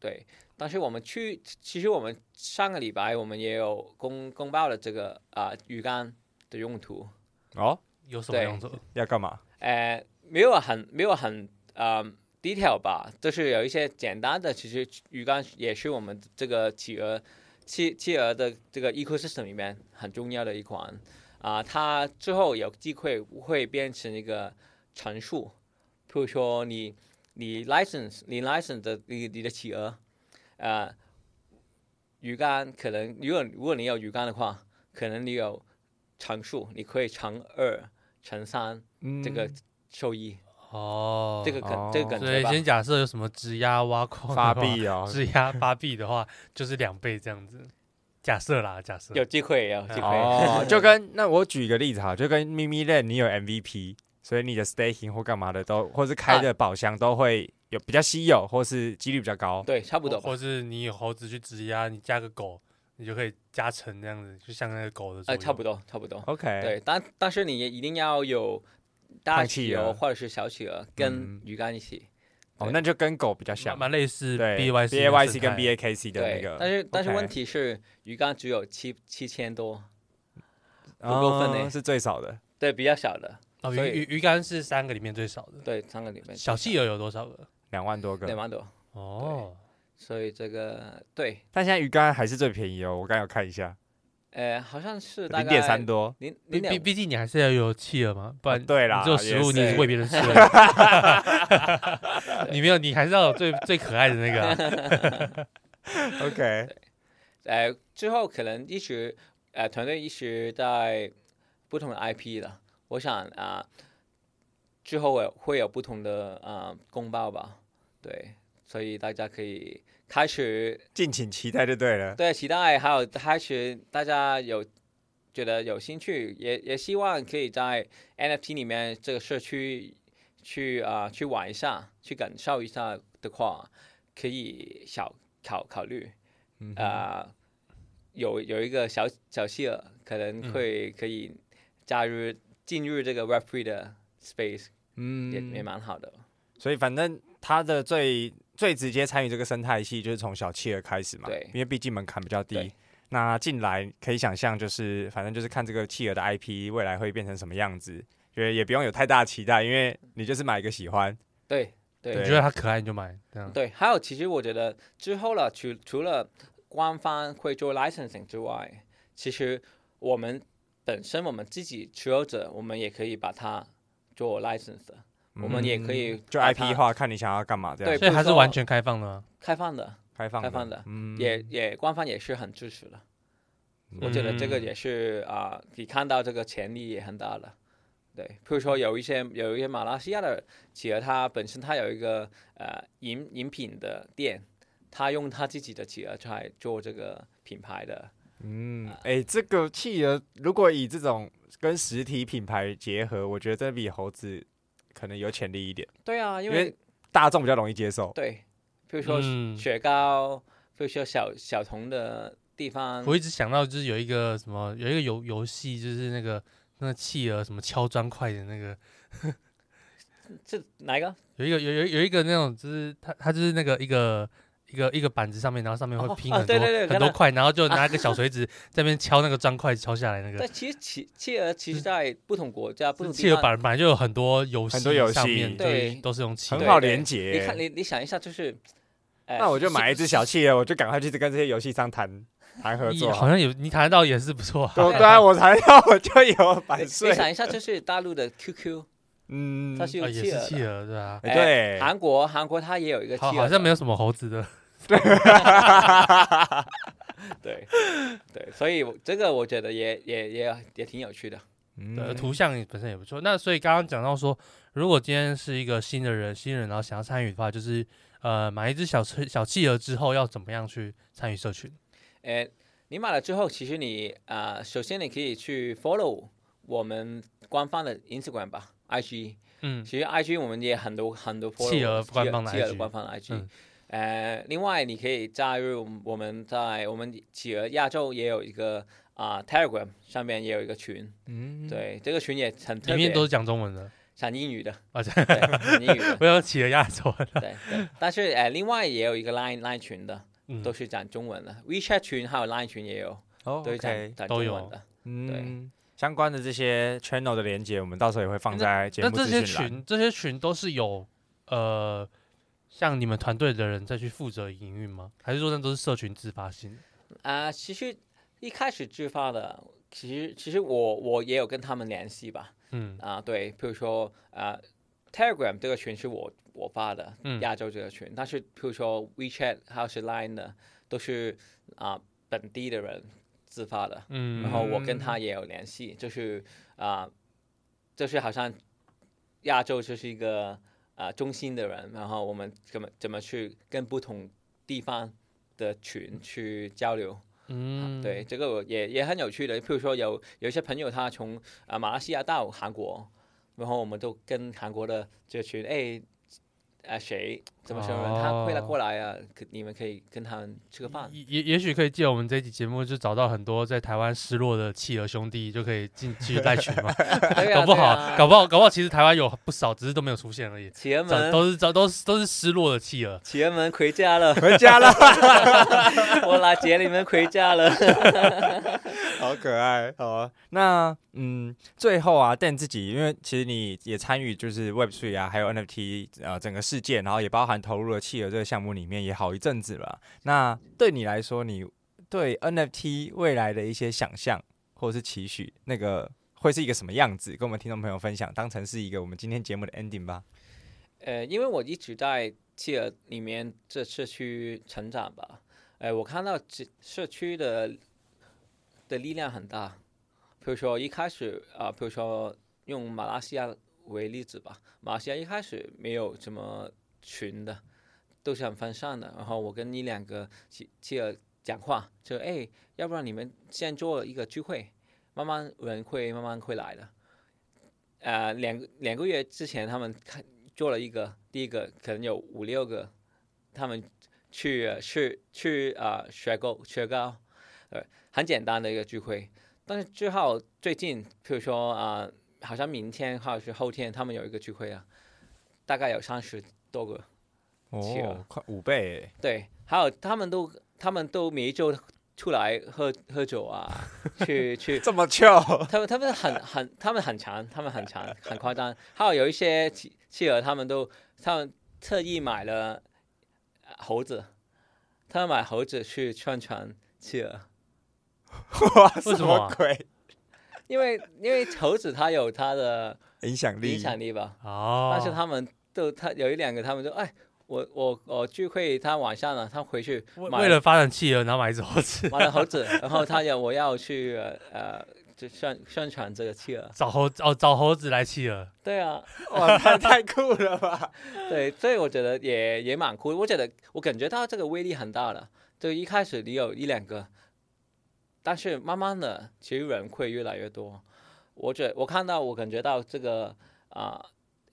S4: 对。但是我们去，其实我们上个礼拜我们也有公公报了这个啊、呃鱼竿的用途，
S3: 哦，
S2: 有什么
S4: 对
S2: 用处？
S3: 要干嘛？
S4: 呃，没有很没有很呃 detail 吧，就是有一些简单的，其实鱼竿也是我们这个企鹅企企鹅的这个 ecosystem 里面很重要的一款啊、它之后有机会会变成一个陈述，譬如说你你 license 你 license 的你你的企鹅，呃，鱼竿可能如果如果你有鱼竿的话，可能你有乘数，你可以乘二乘三。
S3: 嗯
S4: 这个收益，
S2: 哦，
S4: 这个
S3: 哦
S4: 梗这个梗
S2: 所以
S4: 对吧？
S2: 先假设有什么质押挖矿的
S3: 发
S2: 话
S3: 币 哦，
S2: 质押发币的话，就是两倍这样子。假设啦，假设
S4: 有机会，有机会。
S3: 哦， 就跟那我举一个例子哈，就跟咪咪 land 你有 MVP，所以你的 staking 或干嘛的都，或是开的宝箱都会有比较稀有，或是几率比较高。
S4: 对，差不多
S2: 或
S4: 吧。
S3: 哦
S2: 或是你有猴子去质押，你加个狗，你就可以加成这样子，就像那个狗的作
S4: 哎，
S2: 用。
S4: 差不多，差不多。
S3: OK，
S4: 对，但但是你也一定要有大
S3: 大企
S4: 企
S3: 鹅
S4: 鹅或者是小企鹅跟
S3: 嗯
S4: 鱼竿一起。
S3: 哦，那就跟狗比较像
S2: 蛮，蛮类似
S3: 对
S2: B Y C
S3: B A Y C 跟 B
S2: B
S3: A K C 的那
S4: 对
S3: 个，，
S4: 但是但是
S3: OK
S4: 问题是鱼竿只有七七千多，不过分
S3: 嗯
S4: 欸
S3: 是最少的。
S4: 对，比较小的，
S2: 哦，
S4: 所以
S2: 鱼鱼鱼竿是三个里面最少的。
S4: 对，三个里面
S2: 小企
S4: 鹅
S2: 鹅有多少个？
S3: 两万多
S4: 两
S3: 个，
S4: 万多，
S2: 哦，
S4: 所以这个对，
S3: 但现在鱼竿还是最便宜哦。我刚有看一下，
S4: 呃，好像是大概
S3: 零点三多。
S4: 零
S2: 毕
S4: 零
S2: 毕
S4: 点
S2: 毕竟你还是要有企鹅嘛，不
S4: 哦啊
S2: 然
S3: 对啦
S2: 你只有食物
S3: 也
S2: 你
S4: 是
S2: 喂别人 吃了，你没有，你还是要有最最可爱的那个啊。
S3: OK，
S4: 呃，之后可能一直呃团队一直在不同的 IP 了，我想啊、之后会会有不同的啊、公报吧，对，所以大家可以开始
S3: 敬请期待就对 了。
S4: 对期待，还有开始大家有觉得有兴趣，也也希望可以在 NFT 里面这个社区去啊、去玩一下，去感受一下的话，可以小考考虑。
S3: 嗯哼
S4: 啊、有有一个小小企鹅，可能
S2: 嗯
S4: 会可以加入进入这个 Web Three 的 space，也、
S3: 嗯
S4: 也蛮好的。
S3: 所以反正他的最最直接参与这个生态系就是从小企鹅开始嘛，
S4: 对
S3: 因为毕竟门槛比较低
S4: 对。
S3: 那进来可以想象，就是反正就是看这个企鹅的 IP 未来会变成什么样子，觉得也不用有太大期待，因为你就是买一个喜欢。
S4: 对
S2: 你
S4: 对
S3: 对
S2: 觉得它可爱你就买，这
S3: 嗯
S2: 样。
S4: 对，还有其实我觉得之后了，除除了官方会做 licensing 之外，其实我们本身我们自己持有者，我们也可以把它做 license，的、我们也可以
S3: 嗯就
S4: 把它
S3: IP 化，看你想要干嘛这样。
S4: 对
S2: 所以还是完全开放的吗？
S4: 开放的，
S3: 开放
S4: 开放的
S3: 嗯
S4: 也也官方也是很支持的。我觉得这个
S2: 嗯
S4: 也是啊、你看到这个潜力也很大了。对，比如说有一些有一些马来西亚的企鹅，它本身它有一个呃饮饮品的店，它用它自己的企鹅来做这个品牌的。
S3: 嗯，哎、这个企鹅如果以这种跟实体品牌结合，我觉得这比猴子可能有潜力一点，
S4: 对啊，因
S3: 因为
S4: 为
S3: 大众比较容易接受。
S4: 对，比如说
S2: 嗯
S4: 雪糕，比如说小小童的地方，
S2: 我一直想到就是有一个什么，有一个游游戏，就是那个那个企鹅什么敲砖块的那个，
S4: 这哪一个？
S2: 有一个有有有一个那种，就是它它就是那个一个一个一个板子上面，然后上面会
S4: 哦
S2: 拼
S4: 啊
S2: 很多、
S4: 对对对
S2: 很
S4: 看
S2: 多
S4: 到
S2: 块，然 后就拿一个小锤子在那边敲那个砖块敲下来那个
S4: 但。其实企企鹅其实在不同国家、不同
S2: 企
S4: 地
S2: 鹅
S4: 方
S2: 板本来就有很多游戏，
S3: 很多游戏
S2: 上面
S4: 对
S2: 都是用企
S3: 很
S2: 鹅。
S3: 好
S4: 对
S3: 连
S4: 你看，
S3: 接。
S4: 你你想一下，就是，哎
S3: 那我就买一只小
S4: 是
S3: 企鹅，我就赶快去跟这些游戏商谈谈合
S2: 一
S3: 作。
S2: 好像有你谈到也是不错、啊，
S3: 对对啊，我谈到我就有版
S4: 是你
S3: 税。
S4: 想一下，就是大陆的 QQ，
S3: 嗯，
S4: 它是
S2: 啊
S4: 用
S2: 也
S4: 企
S2: 是
S4: 鹅
S2: 企
S4: 的。
S2: 鹅对啊，
S3: 哎对，
S4: 韩国韩国它也有一个企
S2: 好
S4: 鹅的，
S2: 好像没有什么猴子的，
S4: 对对，所以我这个我觉得也也也也挺有趣的。
S2: 呃，
S3: 嗯
S2: 图像本身也不错。那所以刚刚讲到说，如果今天是一个新的人，新人然后想要参与的话，就是呃买一只小车小企鹅之后要怎么样去参与社
S3: 嗯
S2: 群？
S4: 哎，你买了之后，其实你啊、呃首先你可以去 follow 我们官方的 Instagram 吧，IG。
S2: 嗯，
S4: 其实 IG 我们也很多很多 follow
S2: 企鹅官方的
S4: 企鹅
S2: IG
S4: 官方的 IG。
S2: 嗯
S4: 呃，另外你可以加入我们在我们企鹅亚洲也有一个啊、Telegram 上面也有一个群，
S3: 嗯，
S4: 对，这个群也很特别，
S2: 里面都是啊讲中文的，
S4: 讲英语的，
S2: 而且
S4: 对，讲英语 的，
S2: 我有企鹅亚洲的，
S4: 对对。但是呃，另外也有一个 Line Line 群的，
S2: 嗯
S4: 都，是讲中文的，WeChat 群还有 Line 群也有，
S3: 哦
S4: 都是讲
S3: ，OK，
S4: 讲中
S2: 都
S4: 文
S2: 有
S4: 的。
S3: 嗯，相关的这些 channel 的连接，我们到时候也会
S4: 哎
S3: 放在节
S2: 那
S3: 目
S2: 这
S3: 资
S2: 些
S3: 讯栏。
S2: 群这些群都是有呃像你们团队的人再去负责营运吗？还是说那都是社群自发性的？
S4: 啊、其实一开始自发的，其实其实我我也有跟他们联系吧，
S2: 嗯
S4: 啊、对，比如说啊、t e l e g r a m 这个群是我我发的，
S2: 嗯
S4: 亚洲这个群，但是比如说 WeChat 还有是 Line 的，都是啊、本地的人自发的，
S2: 嗯，
S4: 然后我跟他也有联系，就是啊、就是好像亚洲就是一个啊、中心的人，然后我们怎么怎么去跟不同地方的群去交流。
S2: 嗯
S4: 啊对，，这个我也也很有趣的。譬如说有有一些朋友他从啊、马来西亚到韩国，然后我们都跟韩国的这群哎。啊，谁怎么什么人，他会来
S2: 哦
S4: 过来啊？可你们可以跟他们吃个饭。
S2: 也也也许可以借我们这一期节目，就找到很多在台湾失落的企鹅兄弟，就可以进去带群 嘛。
S4: 对啊
S2: 搞不好，
S4: 对啊啊
S2: 搞不好，搞不好，其实台湾有不少，只是都没有出现 而已。
S4: 企鹅
S2: 找
S4: 们，
S2: 都是找都是都是失落的企鹅。
S4: 企鹅们回家了，
S3: 回家了，
S4: 我来接你们回家了。
S3: 好可爱哦。那嗯，最后啊，Dan 自己，因为其实你也参与就是 Web 3啊，还有 NFT 呃整个事件，然后也包含投入了企鹅这个项目里面也好一阵子了。那对你来说，你对 NFT 未来的一些想象或者是期许，那个会是一个什么样子？跟我们听众朋友分享，当成是一个我们今天节目的 ending 吧。
S4: 呃，因为我一直在企鹅里面这社区成长吧，呃，我看到这社区的的力量很大。比如说一开始啊、比如说用马来西亚为例子吧，马来西亚一开始没有什么群的，都是很分散的。然后我跟一两个企企鹅讲话，就哎，要不然你们先做一个聚会，慢慢人会慢慢会来的。呃，两个两个月之前他们看。做了一个，第一个可能有五六个，他们去呃去去啊、呃雪糕雪糕，呃很简单的一个聚会。但是之后最近，譬如说啊、呃好像明天或者是后天，他们有一个聚会啊，大概有三十多个，企鹅
S3: 哦，快五倍耶，
S4: 对，还有他们都他们都每一周出来喝喝酒啊，去去
S3: 这么 翘。
S4: 他们他们 很很他们很长，他们很长，很夸张。还有有一些企企鹅，他们都他们特意买了呃猴子，他们买猴子去宣传企鹅，
S3: 哇，
S2: 为什么啊
S3: 么鬼
S4: 因为因为猴子它有它的
S3: 影响力？
S4: 影响力吧。
S2: 哦，
S4: 但是他们都他有一两个，他们说哎，我我我聚会，他晚上了，他回去
S2: 为
S4: 买
S2: 为了发展企鹅，然后买一只猴 子，
S4: 买了猴 子，然后他要我要去呃呃，就宣宣传这个企鹅。
S2: 找猴子哦，找猴子来企鹅。
S4: 对啊，
S3: 哇，太太酷了吧！
S4: 对，所以我觉得也也蛮酷。我觉得我感觉到这个威力很大了。就一开始你有一两个，但是慢慢的，其实人会越来越多。我觉我看到我感觉到这个啊、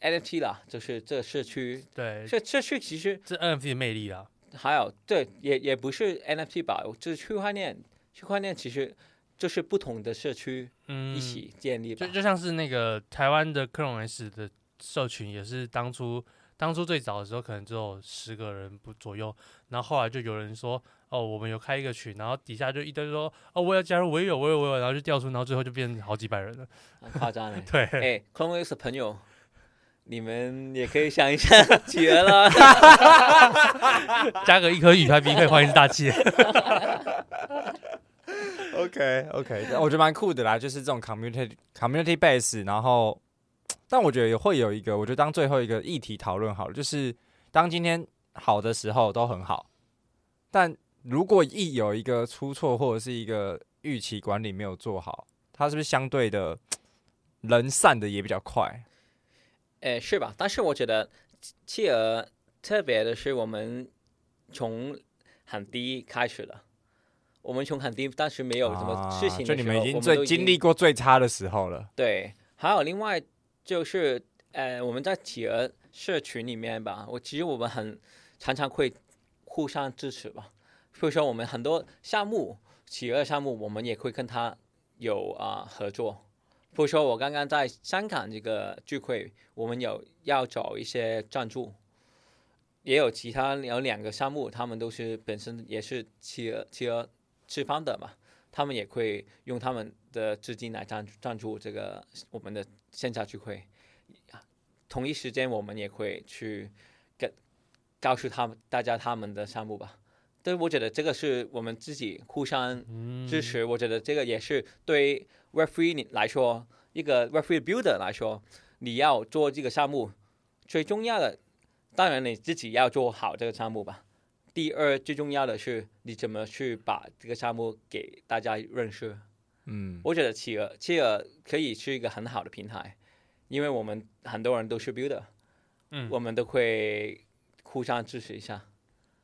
S4: NFT 啦，就是这个社区，
S2: 对，
S4: 这社区其实
S2: 这 NFT 的魅力啊，
S4: 还有对，也也不是 NFT 吧，就是区块链，区块链其实就是不同的社区
S2: 嗯，
S4: 一起建立吧
S2: 就。就像是那个台湾的克隆 S 的社群，也是当初当初最早的时候可能只有十个人不左右，然后后来就有人说，哦，我们有开一个群，然后底下就一堆说，哦，我要加入，我也有，我也有，我也有，然后就掉出，然后最后就变成好几百人了。。
S4: 很夸张哎
S2: 对，
S4: 哎 c l o n e X 的朋友，你们也可以想一下， 绝了。
S2: 加个一颗雨拍 B 可以换一只 大气。
S3: OK OK，我觉得蛮酷的啦，就是这种 community community base，然后，但我觉得也会有一个，我觉得当最后一个议题讨论好了，就是当今天好的时候都很好，但如果一有一个出错或者是一个预期管理没有做好，它是不是相对的人散的也比较快？
S4: 哎，是吧？但是我觉得企鹅特别的是，我们从很低开始的，我们从很低，当时没有什么事情
S3: 啊就
S4: 的时候，
S3: 你们已经
S4: 我
S3: 最
S4: 都
S3: 经历过最差的时候了。
S4: 对，还有另外就是，呃，我们在企鹅社群里面吧，我其实我们很常常会互相支持吧。比如说我们很多项目，企鹅项目我们也会跟他有啊、合作。比如说我刚刚在香港这个聚会，我们有要找一些赞助，也有其他有两个项目，他们都是本身也是企鹅企鹅吃方的嘛，他们也会用他们的资金来赞赞助这个我们的线下聚会。同一时间，我们也会去跟告诉他们大家他们的项目吧。对，我觉得这个是我们自己互相
S2: 嗯
S4: 支持。我觉得这个也是对 Web Three 你来说，一个 Web Three Builder 来说，你要做这个项目，最重要的当然你自己要做好这个项目吧。第二最重要的是你怎么去把这个项目给大家认识。
S3: 嗯，
S4: 我觉得企鹅企鹅可以是一个很好的平台，因为我们很多人都是 builder，
S2: 嗯
S4: 我们都会互相支持一下，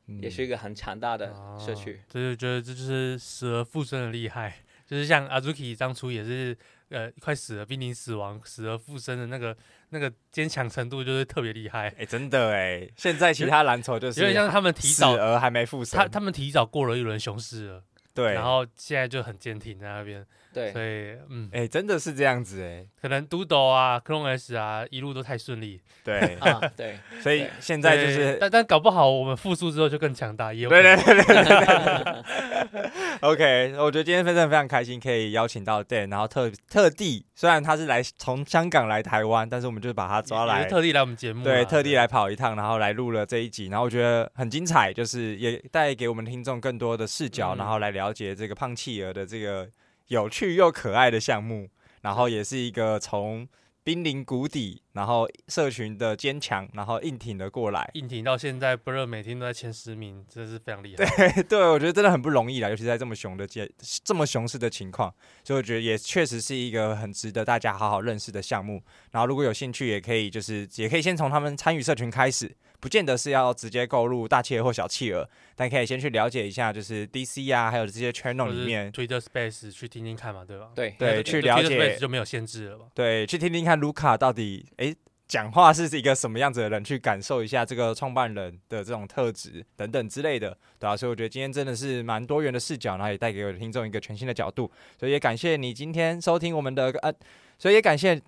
S3: 嗯
S4: 也是一个很强大的
S2: 嗯
S4: 社区。
S2: 这就哦觉得这就是死而复生的厉害， 就是像阿 Zuki 当初也是，呃，快死了濒临死亡，死而复生的那个那个坚强程度就是特别厉害，
S3: 哎、真的哎、现在其他蓝筹就是
S2: 有点像他们提
S3: 死
S2: 早，
S3: 而还没复生，
S2: 他他们提早过了一轮熊市了，
S3: 对，
S2: 然后现在就很坚挺在那边，
S4: 对，
S2: 所以嗯，
S3: 哎、真的是这样子哎、
S2: 可能都斗啊、c l o n S 啊一路都太顺利，
S3: 对，
S4: 啊，对，
S3: 所以
S4: 对
S3: 现在就
S2: 对
S3: 是
S2: 但但搞不好我们复苏之后就更强大，也有
S3: 对
S2: 可
S3: 对
S2: 能
S3: 对对对 对 OK，我觉得今天非常非常开心，可以邀请到 Dan，然后特特地虽然他是来从香港来台湾，但是我们就把他抓
S2: 也也
S3: 来
S2: 是。特地来我们节目啊，
S3: 对，特地来跑一趟，然后来录了这一集，然后我觉得很精彩，就是也带给我们听众更多的视角，
S2: 嗯
S3: 然后来了解这个胖企鹅的这个有趣又可爱的项目，然后也是一个从濒临谷底，然后社群的坚强，然后硬挺的过来，
S2: 硬挺到现在，不热每天都在前十名，真的是非常厉害。
S3: 对，我觉得真的很不容易啦，尤其在这么熊的界，这么熊市的情况，所以我觉得也确实是一个很值得大家好好认识的项目。然后如果有兴趣，也可以就是也可以先从他们参与社群开始，不见得是要直接购入大企鹅或小企鹅，但可以先去了解一下，就是 DC 啊，还有这些 channel
S2: 或者
S3: 里
S2: 是
S3: 面，
S2: Twitter Space 去听听看嘛，对吧？
S4: 对，
S3: 对，
S2: 那
S3: 去
S2: 就 Twitter
S3: 了解
S2: Space 就没有限制了吧？
S3: 对，去听听看卢卡到底诶讲话是一个什么样子的人，去感受一下这个创办人的这种特质等等之类的，对啊，所以我觉得今天真的是蛮多元的视角，然后也带给我的听众一个全新的角度，所以也感谢你今天收听我们的呃，所以也感谢，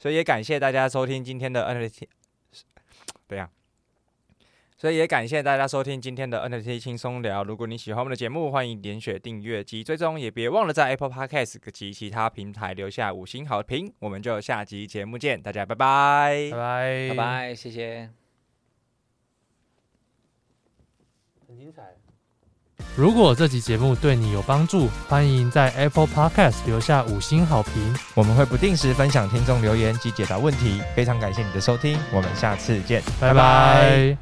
S3: 所以也感谢大家收听今天的 NFT，对呀、所以也感谢大家收听今天的 NFT 轻松聊。如果你喜欢我们的节目，欢迎点选订阅及追踪，也别忘了在 Apple Podcast 及其他平台留下五星好评。我们就下集节目见，大家拜拜
S2: 拜。拜，
S4: 拜。拜，谢谢。
S2: 很精彩。如果这集节目对你有帮助，欢迎在 Apple Podcast 留下五星好评。
S3: 我们会不定时分享听众留言及解答问题，非常感谢你的收听，我们下次见，
S2: 拜拜